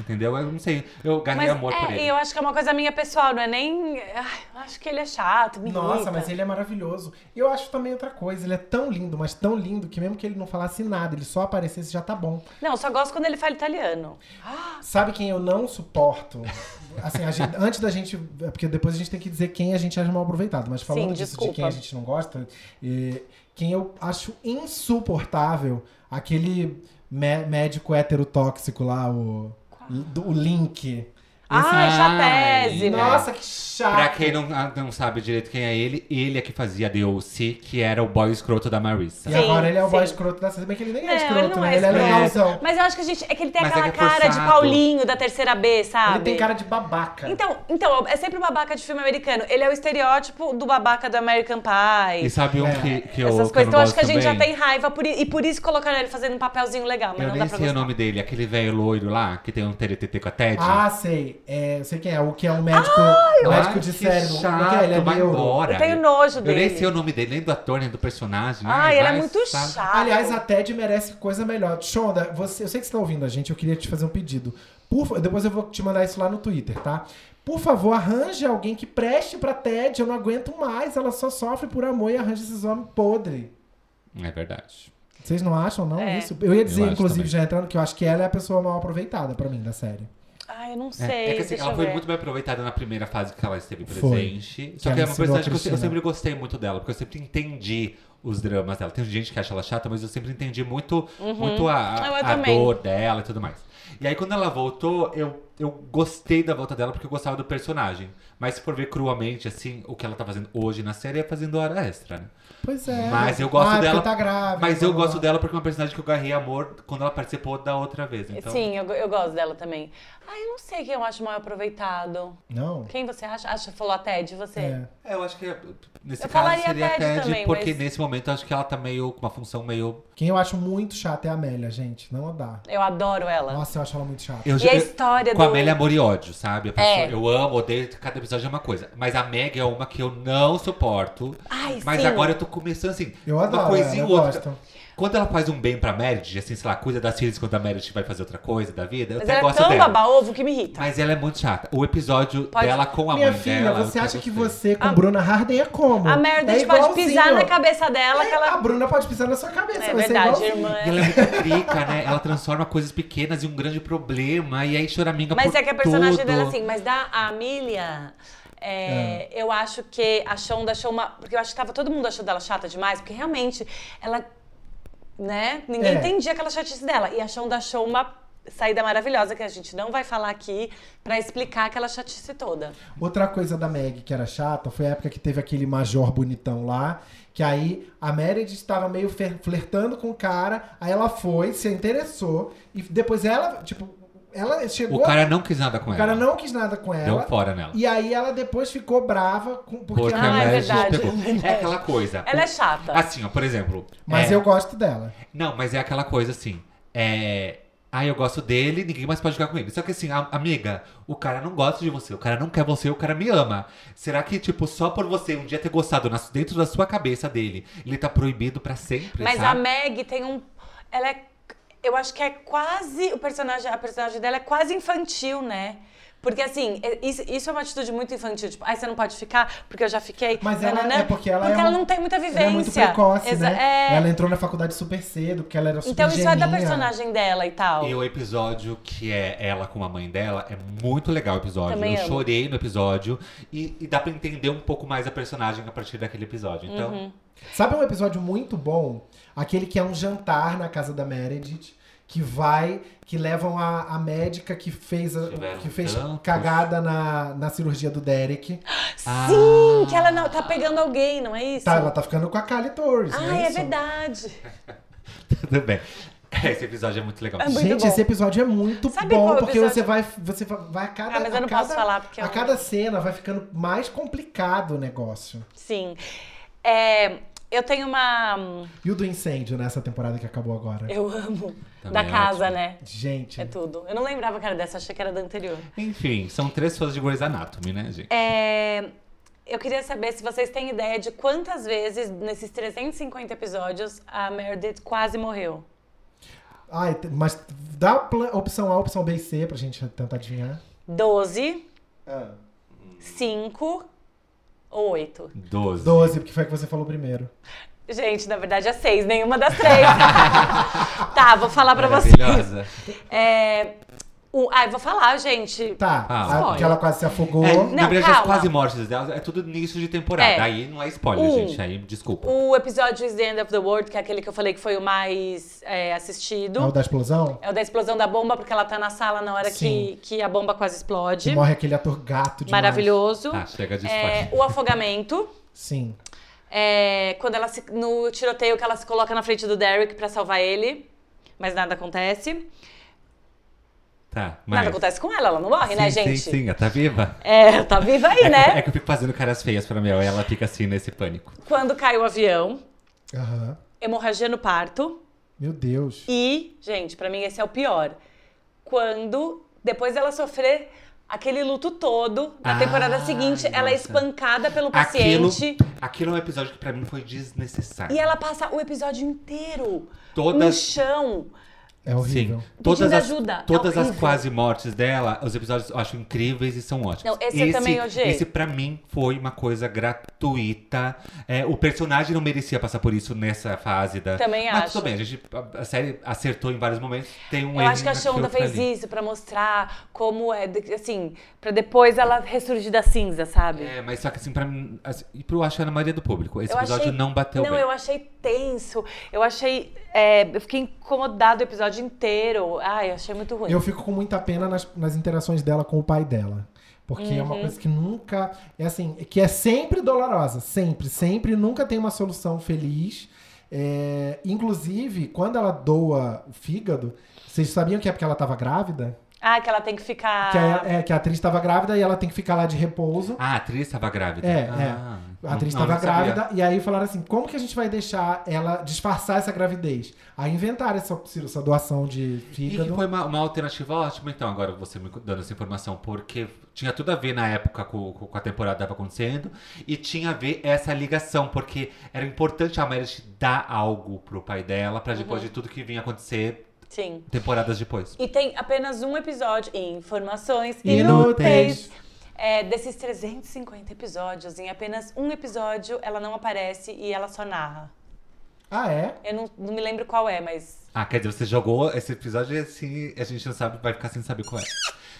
B: entendeu? Eu não sei, eu ganhei
C: Mas
B: amor
C: é,
B: por ele.
C: e eu acho que é uma coisa minha pessoal, não é nem. Ai, eu acho que ele é chato, me
D: Nossa,
C: irrita.
D: mas ele é maravilhoso. E eu acho também outra coisa, ele é tão lindo, mas tão lindo, que mesmo que ele não falasse nada, ele só aparecesse, já tá bom.
C: Não, eu só gosto quando ele fala italiano. Ah,
D: Sabe quem eu não suporto? Assim, a gente- antes da gente. é Porque depois a gente tem que dizer quem a gente acha mal aproveitado. Mas falando
C: Sim,
D: disso
C: desculpa.
D: de quem a gente não gosta, eh, quem eu acho insuportável, aquele mé- médico heterotóxico lá, o, do- o Link.
C: Ai,
B: Ai,
C: Chapese, né?
D: Nossa, que chato!
B: Pra quem não, ah, não sabe direito quem é ele, ele é que fazia Deus, que era o boy escroto da Marissa.
D: E
C: Sim,
D: agora ele é o boy
C: sim.
D: escroto da série. Bem que ele nem
C: Não,
D: é escroto,
C: ele não
D: né?
C: é
D: ele
B: escroto.
D: é legalzão.
C: Mas eu acho que a gente. É que ele tem
B: Mas é
C: aquela
B: que é
C: cara de
B: forçado.
C: Paulinho da terceira B, sabe?
D: Ele tem cara de babaca.
C: Então, então, é sempre o babaca de filme americano. Ele é o estereótipo do babaca do American Pie.
B: E sabe um
D: É.
B: que, que eu. que eu
C: Essas coisas.
B: não
C: Então, acho que a
B: gosto
C: gente já
B: também?
C: tem raiva por i- e por isso colocaram ele fazendo um papelzinho legal, mas
B: Eu
C: não
B: nem
C: dá pra
B: sei
C: gostar.
B: o nome dele, aquele velho loiro lá, que tem um TTT com a Ted.
D: Ah, sei. É, eu sei quem é. O que é um médico,
C: Ah,
D: um médico de cérebro.
B: Chato,
D: o que é? Ele é
B: vai
D: neuro.
B: embora.
C: Eu tenho nojo
B: Eu nem
C: dele.
B: sei o nome dele, nem do ator, nem do personagem. né?
C: Ai, ele é
B: vai,
C: muito
B: sabe?
C: chato.
D: Aliás, a Ted merece coisa melhor. Shonda, você, eu sei que você tá ouvindo a gente, eu queria te fazer um pedido. Por fa- depois eu vou te mandar isso lá no Twitter, tá? Por favor, arranje alguém que preste pra Ted. Eu não aguento mais. Ela só sofre por amor e arranja esses homens podre.
B: É verdade.
D: Vocês não acham, não?
C: É.
D: Isso. Eu ia dizer,
B: acho
D: inclusive,
B: também.
D: já entrando, que eu acho que ela é a pessoa mal aproveitada pra mim da série.
C: Ai, eu não sei.
B: É, é que assim,
C: deixa
B: ela
C: eu
B: foi
C: ver.
B: muito bem aproveitada na primeira fase que ela esteve
D: Foi.
B: presente.
D: Que
B: Só que,
D: ela
B: é uma
D: ensinou a
B: personagem que eu se- eu,
D: Cristina.
B: sempre gostei muito dela, porque eu sempre entendi os dramas dela. Tem gente que acha ela chata, mas eu sempre entendi muito, muito a, a-
C: Uhum. Eu
B: a
C: também.
B: dor dela e tudo mais. E aí, quando ela voltou, eu, eu gostei da volta dela porque eu gostava do personagem. Mas se for ver cruamente, assim, o que ela tá fazendo hoje na série é fazendo hora extra, né?
D: Pois é.
B: Mas eu gosto
D: ah, porque
B: dela.
D: Tá grávida,
B: Mas eu
D: blá, blá,
B: gosto dela porque é uma personagem que eu garrei amor quando ela participou da outra vez. Então,
C: Sim, eu, go- eu gosto dela também. Ai, eu não sei quem eu acho mal aproveitado.
D: blá. Não.
C: Quem você acha? Acha, falou a Ted, você?
D: É.
B: É, eu acho que nesse
C: Eu
B: caso
C: falaria
B: seria a
C: Ted
B: Ted,
C: também,
B: porque
C: mas-
B: nesse momento eu acho que ela tá meio com uma função meio.
D: Quem eu acho muito chata é a Amélia, gente. Não dá.
C: Eu adoro ela.
D: Nossa, eu acho ela muito chata.
B: Eu,
C: E a história
B: Com a
C: do-
B: Amélia amor e ódio, sabe? A pessoa-
C: É.
B: Eu amo, odeio, cada episódio é uma coisa. Mas a Meg é uma que eu não suporto.
C: Ai,
B: mas
C: sim.
B: agora eu tô começando assim.
D: Eu
B: uma
D: adoro
B: coisinha
D: ela,
B: ou
D: eu
B: outra.
D: gosto.
B: Quando ela faz um bem pra Meredith, assim, sei lá, cuida das filhas quando a Meredith vai fazer outra coisa da vida, eu
C: Mas
B: até
C: ela é
B: gosto
C: tão
B: dela.
C: baba-ovo que me irrita.
B: Mas ela é muito chata. O episódio
C: Pode-
B: dela com a
D: Minha
B: mãe
D: filha,
B: dela. eu
D: você
B: já
D: acha que
B: gostei.
D: você com Bruna Harden é como?
C: A merda
D: é
C: pode pisar
D: igualzinho.
C: na cabeça dela
D: É,
C: que ela.
D: A Bruna pode pisar na sua cabeça,
C: É
D: vai
C: verdade,
D: ser igual.
C: irmã.
B: E ela é muito trica, né? Ela transforma coisas pequenas em um grande problema. E aí choraminga
C: Mas
B: por
C: é que a personagem
B: tudo. Ah.
C: dela é assim, mas da Amelia. é, Eu acho que a Shonda achou uma. Porque eu acho que tava todo mundo achando ela chata demais, porque realmente ela. Né? Ninguém
D: É.
C: entendia aquela chatice dela. E a Shonda achou uma saída maravilhosa que a gente não vai falar aqui pra explicar aquela chatice toda.
D: Outra coisa da Meg que era chata foi a época que teve aquele major bonitão lá. Que aí a Meredith estava meio fer- flertando com o cara, aí ela foi, se interessou, e depois ela, tipo, ela chegou.
B: O cara não quis nada com
D: o
B: ela.
D: cara não quis nada com ela.
B: Deu fora nela.
D: E aí ela depois ficou brava com, porque,
B: Porque
C: Ah,
B: a
C: é
B: Mary
C: verdade.
B: pegou. É aquela coisa.
C: Ela é chata.
B: Assim, ó, por exemplo.
D: Mas
B: é-
D: eu gosto dela.
B: Não, mas é aquela coisa assim. É. Ah, eu gosto dele, ninguém mais pode jogar com ele. Só que assim, a- amiga, o cara não gosta de você, o cara não quer você, o cara me ama. Será que, tipo, só por você um dia ter gostado nas- dentro da sua cabeça dele, ele tá proibido pra sempre?
C: Mas a
B: sabe?
C: Meg tem um. Ela é. Eu acho que é quase. O personagem, a personagem dela é quase infantil, né? Porque assim, é- isso, isso é uma atitude muito infantil. Tipo, ai, você não pode ficar porque eu já fiquei.
D: Mas ela
C: nananã",
D: é porque ela é um-
C: não tem muita vivência.
D: Ela é muito precoce,
C: Exa-
D: né?
C: é.
D: Ela entrou na faculdade super cedo, porque ela era super
C: Então isso é da
D: geninha.
C: personagem dela e tal.
B: E o episódio que é ela com a mãe dela é muito legal o episódio.
C: Também
B: eu
C: amo.
B: chorei no episódio e, e dá pra entender um pouco mais a personagem a partir daquele episódio. Então,
C: Uhum.
D: Sabe um episódio muito bom? Aquele que é um jantar na casa da Meredith. que vai, que levam a, a médica que fez, a-
B: Tiveram
D: que fez
B: tantos.
D: cagada na, na cirurgia do Derek.
C: Sim, que ela não- tá pegando alguém, não é isso?
D: Ah. Tá, ela tá ficando com a Kali Torres. não
C: Ah, é
D: isso?
C: verdade.
B: Tudo bem. Esse episódio é muito legal.
C: É muito
D: Gente,
C: bom.
D: esse episódio é muito
C: Sabe
D: bom,
C: qual
D: porque
C: episódio?
D: você vai, você vai a cada.
C: Ah, mas eu não
D: a cada,
C: posso falar, porque eu-
D: A cada cena vai ficando mais complicado o negócio.
C: Sim. É, eu tenho uma.
D: E o do incêndio nessa temporada que acabou agora.
C: Eu amo.
B: Também
C: da
B: é
C: casa,
B: ótimo.
C: né?
D: Gente,
C: É tudo. Eu não lembrava que era dessa, achei que era da anterior.
B: Enfim, são três fãs de Grey's Anatomy, né, gente?
C: É, eu queria saber se vocês têm ideia de quantas vezes, nesses 350 episódios, a Meredith quase morreu.
D: ai, t- mas dá pla- opção A, opção B e C pra gente tentar adivinhar.
C: 12, 5 ou 8.
B: Doze.
D: 12, porque foi o que você falou primeiro.
C: Gente, na verdade é 6, nenhuma das três. tá, vou falar pra vocês.
B: Maravilhosa.
C: É, o, ah, eu vou falar, gente.
D: Tá,
B: Ah.
D: a- que ela quase se afogou.
B: É, na
C: Não,
B: verdade, as
C: calma.
B: quase mortes delas é tudo início de temporada.
C: É.
B: Aí não é spoiler,
C: Um.
B: gente. Aí desculpa.
C: O episódio Is the End of the World, que é aquele que eu falei que foi o mais é, assistido.
D: É o da explosão?
C: É o da explosão da bomba, porque ela tá na sala na hora que,
D: Sim.
C: que a bomba quase
D: Que
C: explode.
D: morre aquele ator gato de
C: Maravilhoso.
B: Tá, chega de
C: É,
B: spoiler.
C: o afogamento.
D: Sim.
C: é, quando ela se, no tiroteio que ela se coloca na frente do Derek pra salvar ele, mas nada acontece.
B: Tá,
C: Nada
B: mas...
C: acontece com ela, ela não morre,
B: sim,
C: né,
B: sim,
C: gente?
B: Sim, ela tá viva.
C: É, tá viva aí,
B: É, que,
C: né?
B: é que eu fico fazendo caras feias pra Mel, e ela fica assim nesse pânico.
C: Quando cai o avião,
D: Aham.
C: hemorragia no parto.
D: Meu Deus.
C: E, gente, pra mim esse é o pior. Quando, depois dela sofrer aquele luto todo, na
B: Ah,
C: temporada seguinte, ela é
B: nossa.
C: espancada pelo
B: Aquilo,
C: paciente.
B: aquilo é um episódio que pra mim foi desnecessário.
C: E ela passa o episódio inteiro no
B: Todas-
C: chão.
D: É horrível.
B: Sim. Todas as,
C: ajuda. É
B: Todas as
C: horrível.
B: quase mortes dela, os episódios eu acho incríveis e são ótimos.
C: Não, esse eu também odiei.
B: Esse pra mim foi uma coisa gratuita. É, o personagem não merecia passar por isso nessa fase da.
C: Também
B: Mas
C: acho.
B: tudo bem, a, gente, a- a série acertou em vários momentos. Tem um
C: Eu acho que a Shonda fez isso pra mostrar como é, de- assim, pra depois ela ressurgir da cinza, sabe?
B: É, mas só que assim, pra mim. Assim, e pro acho que a maioria do público. Esse
C: Eu
B: episódio
C: achei-
B: não bateu
C: Não,
B: bem.
C: eu achei tenso. Eu achei. é, eu fiquei incomodado o episódio inteiro. Ai, eu achei muito ruim.
D: Eu fico com muita pena nas, nas interações dela com o pai dela. Porque é uma coisa que nunca. É assim, que é sempre dolorosa. Sempre, sempre. Nunca tem uma solução feliz. É, inclusive, quando ela doa o fígado, vocês sabiam que é porque ela tava grávida?
C: Ah, que ela tem que ficar.
D: Que, a, é, que a atriz tava grávida e ela tem que ficar lá de repouso.
B: Ah, a atriz tava grávida.
D: É,
B: ah,
D: é. A atriz
B: não- não,
D: estava
B: não sabia.
D: grávida e aí falaram assim: como que a gente vai deixar ela disfarçar essa gravidez? Aí inventaram essa, essa doação de
B: E que
D: fígado.
B: foi uma, uma alternativa ótima, então, agora você me dando essa informação, porque tinha tudo a ver na época com, com- com a temporada que estava acontecendo, e tinha a ver essa ligação, porque era importante a Meredith dar algo pro pai dela, pra depois
D: Uhum.
B: de tudo que vinha acontecer
C: Sim.
B: temporadas depois.
C: E tem apenas um episódio em Informações Inúteis.
D: Inúteis.
C: É, desses 350 episódios, em apenas um episódio ela não aparece e ela só narra.
D: Ah, é?
C: Eu não, não me lembro qual é, mas.
B: Ah, quer dizer, você jogou esse episódio e assim, a gente não sabe, vai ficar sem saber qual é.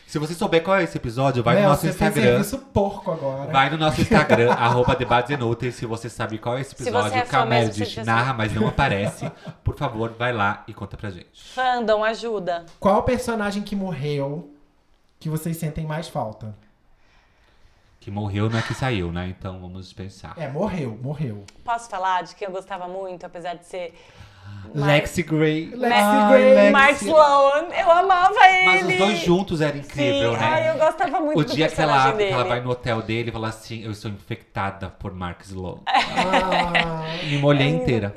B: Se você souber qual é esse episódio, vai
D: Léo,
B: no nosso
D: você fez
B: Instagram.
D: serviço porco agora.
B: Vai no nosso Instagram, arroba debates inúteis, se você sabe qual é esse
C: você
B: episódio,
C: é
B: que a
C: fã mesmo,
B: Meredith
C: você já
B: narra, mas não aparece. Por favor, vai lá e conta pra gente.
C: Fandom, ajuda.
D: Qual personagem que morreu que vocês sentem mais falta?
B: Que morreu não é que saiu, né? Então vamos pensar.
D: É, morreu, morreu.
C: Posso falar de quem eu gostava muito, apesar de ser.
B: Lexi Gray.
D: Lexi
B: Ai,
D: Gray.
B: Lexi.
C: Mark Sloan, eu amava ele!
B: Mas os dois juntos era incrível,
C: Sim,
B: né?
C: ai, eu gostava muito
B: o
C: do
B: dia que ela,
C: personagem
B: que ela
C: dele.
B: vai no hotel dele e fala assim, eu sou infectada por Mark Sloan.
D: Ah,
B: Me
C: É.
B: molhei é inteira.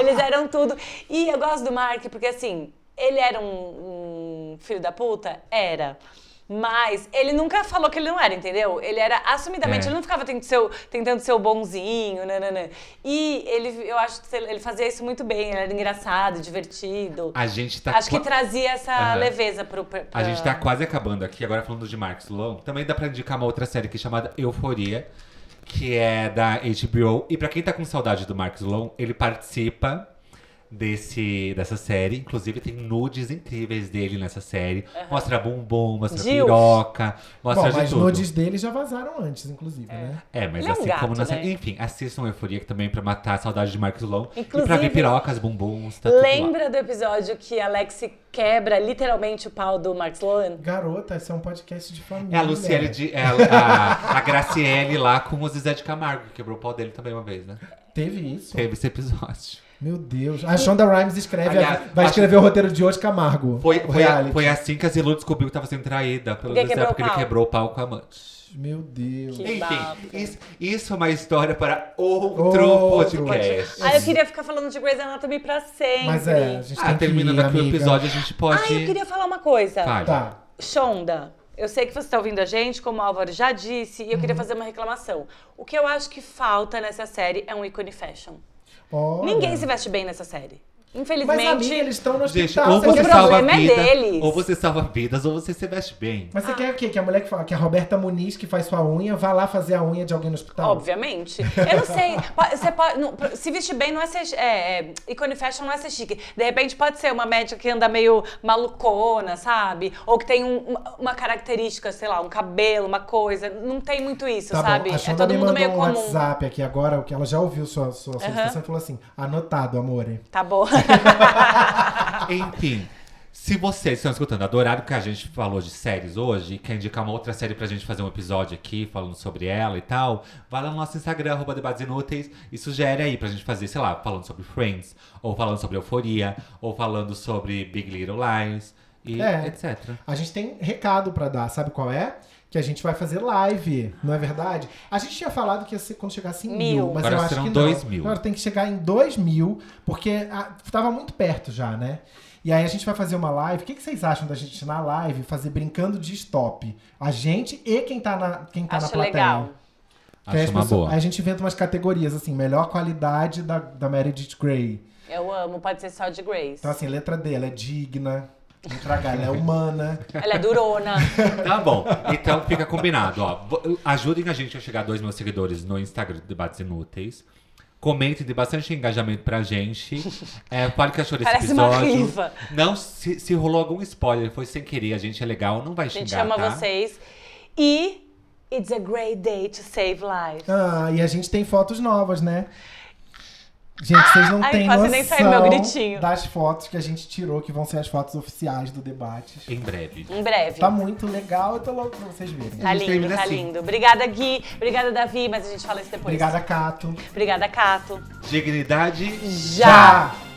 C: Eles eram tudo. E eu gosto do Mark porque, assim, ele era um, um filho da puta? Era. Mas ele nunca falou que ele não era, entendeu? Ele era assumidamente,
B: É.
C: ele não ficava tentando ser, o- tentando ser o bonzinho, nananã. E ele, eu acho que ele fazia isso muito bem, ele era engraçado, divertido.
B: A gente tá
C: Acho que
B: qua-
C: trazia essa
B: Aham.
C: leveza pro. pra-
B: A gente tá quase acabando aqui, agora falando de Mark Sloan. Também dá pra indicar uma outra série que é chamada Euforia, que é da HBO. E pra quem tá com saudade do Mark Sloan, ele participa desse, dessa série. Inclusive, tem nudes incríveis dele nessa série. Mostra bumbum, mostra
C: Dilf.
B: piroca, mostra
D: Bom,
B: de
D: mas
B: tudo.
D: nudes dele já vazaram antes, inclusive, né?
B: É, mas
C: Ele é um
B: assim
C: gato,
B: como na série.
C: né?
B: Enfim, assistam Euforia que também é pra matar a saudade de Marcos Long. e pra
C: Inclusive,
B: ver pirocas, bumbuns, tá tudo lá.
C: Lembra do episódio que Alex quebra literalmente o pau do Mark Sloan?
D: Garota, esse é um podcast de família.
B: É a Luciele de. É a, a, a Graciele lá com o Zezé de Camargo, que quebrou o pau dele também uma vez, né?
D: Teve isso?
B: Teve esse episódio.
D: Meu Deus. A Shonda Rhimes escreve,
B: Aliás,
D: a- vai
B: acho-
D: escrever o roteiro de hoje Camargo.
B: Foi,
D: o
B: foi, a-
D: reality.
B: foi assim que a Zilu descobriu que tava sendo traída pelo
C: Porque
B: Zezé,
C: quebrou o
B: porque ele
C: pau.
B: quebrou o pau com a amante.
D: Meu Deus.
C: Que babado.
B: Enfim, isso, isso é uma história para outro,
D: Outro
B: podcast.
C: Ah, eu queria ficar falando de Grey's Anatomy pra sempre.
D: Mas é, a gente
B: Ah,
D: tem que
B: terminando
D: ir,
B: aqui o
D: amiga.
B: episódio, a gente pode.
C: Ah, eu queria falar uma coisa.
B: Fale.
D: Tá.
C: Shonda, eu sei que você está ouvindo a gente, como o Álvaro já disse, e eu
D: Uhum.
C: queria fazer uma reclamação. O que eu acho que falta nessa série é um ícone fashion.
D: Olha.
C: Ninguém se veste bem nessa série.
D: Mas,
C: Infelizmente.
D: amiga, eles estão no
B: Gente,
D: hospital.
B: ou
D: Tá, você
B: você
D: quer-
B: salva
C: problema é
B: vidas,
C: deles.
B: ou você salva vidas, ou você se veste bem.
D: Mas você quer o quê? Que a mulher que, fala, que a Roberta Muniz, que faz sua unha, vá lá fazer a unha de alguém no hospital?
C: Obviamente. Eu não sei. Po- Você pode, não, pro- se vestir bem não é ser. É, é, ícone fashion não é ser chique. De repente pode ser uma médica que anda meio malucona, sabe? Ou que tem um- uma, uma característica, sei lá, um cabelo, uma coisa. Não tem muito isso,
D: Tá
C: sabe?
D: bom, a
C: É
D: Shonda
C: todo
D: me
C: mundo
D: mandou
C: meio
D: um
C: comum.
D: WhatsApp aqui agora, o que ela já ouviu sua, sua solicitação e falou assim, anotado, amore.
C: Tá bom.
B: Enfim, se vocês estão escutando, adoraram que a gente falou de séries hoje e quer indicar uma outra série pra gente fazer um episódio aqui falando sobre ela e tal, vai lá no nosso Instagram, arroba debates inúteis, e sugere aí pra gente fazer, sei lá, falando sobre Friends, ou falando sobre Euforia, ou falando sobre Big Little Lies, e
D: É.
B: etc.
D: A gente tem recado pra dar, sabe qual é? Que a gente vai fazer live, não é verdade? A gente tinha falado que ia ser quando chegasse em mil,
C: Mil.
D: mas
B: Agora
D: eu acho
B: serão
D: que
B: dois
D: não.
B: mil.
D: Agora tem que chegar em dois mil, porque ah, tava muito perto já, né? E aí a gente vai fazer uma live. O que, que vocês acham da gente na live fazer brincando de stop? A gente e quem tá na, quem tá na
C: Acho
D: plateia.
C: legal.
D: Que aí
B: Acho
D: as
B: uma
D: pessoas-
B: boa.
D: aí A gente inventa umas categorias, assim, melhor qualidade da, da Meredith Grey.
C: Eu amo, pode ser só de Grace.
D: Então, assim, letra D, ela é digna. Letra H, ela é humana.
C: Ela é durona.
B: Tá bom. Então fica combinado, ó. V- Ajudem a gente a chegar a 2 mil seguidores no Instagram do Debates Inúteis. Comentem, dê bastante engajamento pra gente. É, fale o que achou desse
C: Parece uma
B: episódio.
C: rifa.
B: Não, se, se rolou algum spoiler, foi sem querer, a gente é legal, não vai
C: A
B: xingar,
C: gente chama
B: tá?
C: vocês. E it's a great day to save lives.
D: Ah, e a gente tem fotos novas, né? Gente, vocês não
C: Ai,
D: têm
C: quase
D: noção
C: nem saiu meu gritinho.
D: das fotos que a gente tirou, que vão ser as fotos oficiais do debate.
B: Em breve.
C: Em breve.
D: Tá muito legal, eu tô louco pra vocês verem.
C: Tá
B: A gente
C: lindo,
B: termina
C: tá
B: assim.
C: lindo. Obrigada, Gui. Obrigada, Davi, mas a gente fala isso depois.
D: Obrigada, Cato.
C: Obrigada, Cato.
B: Dignidade.
C: Já!
D: Tchau.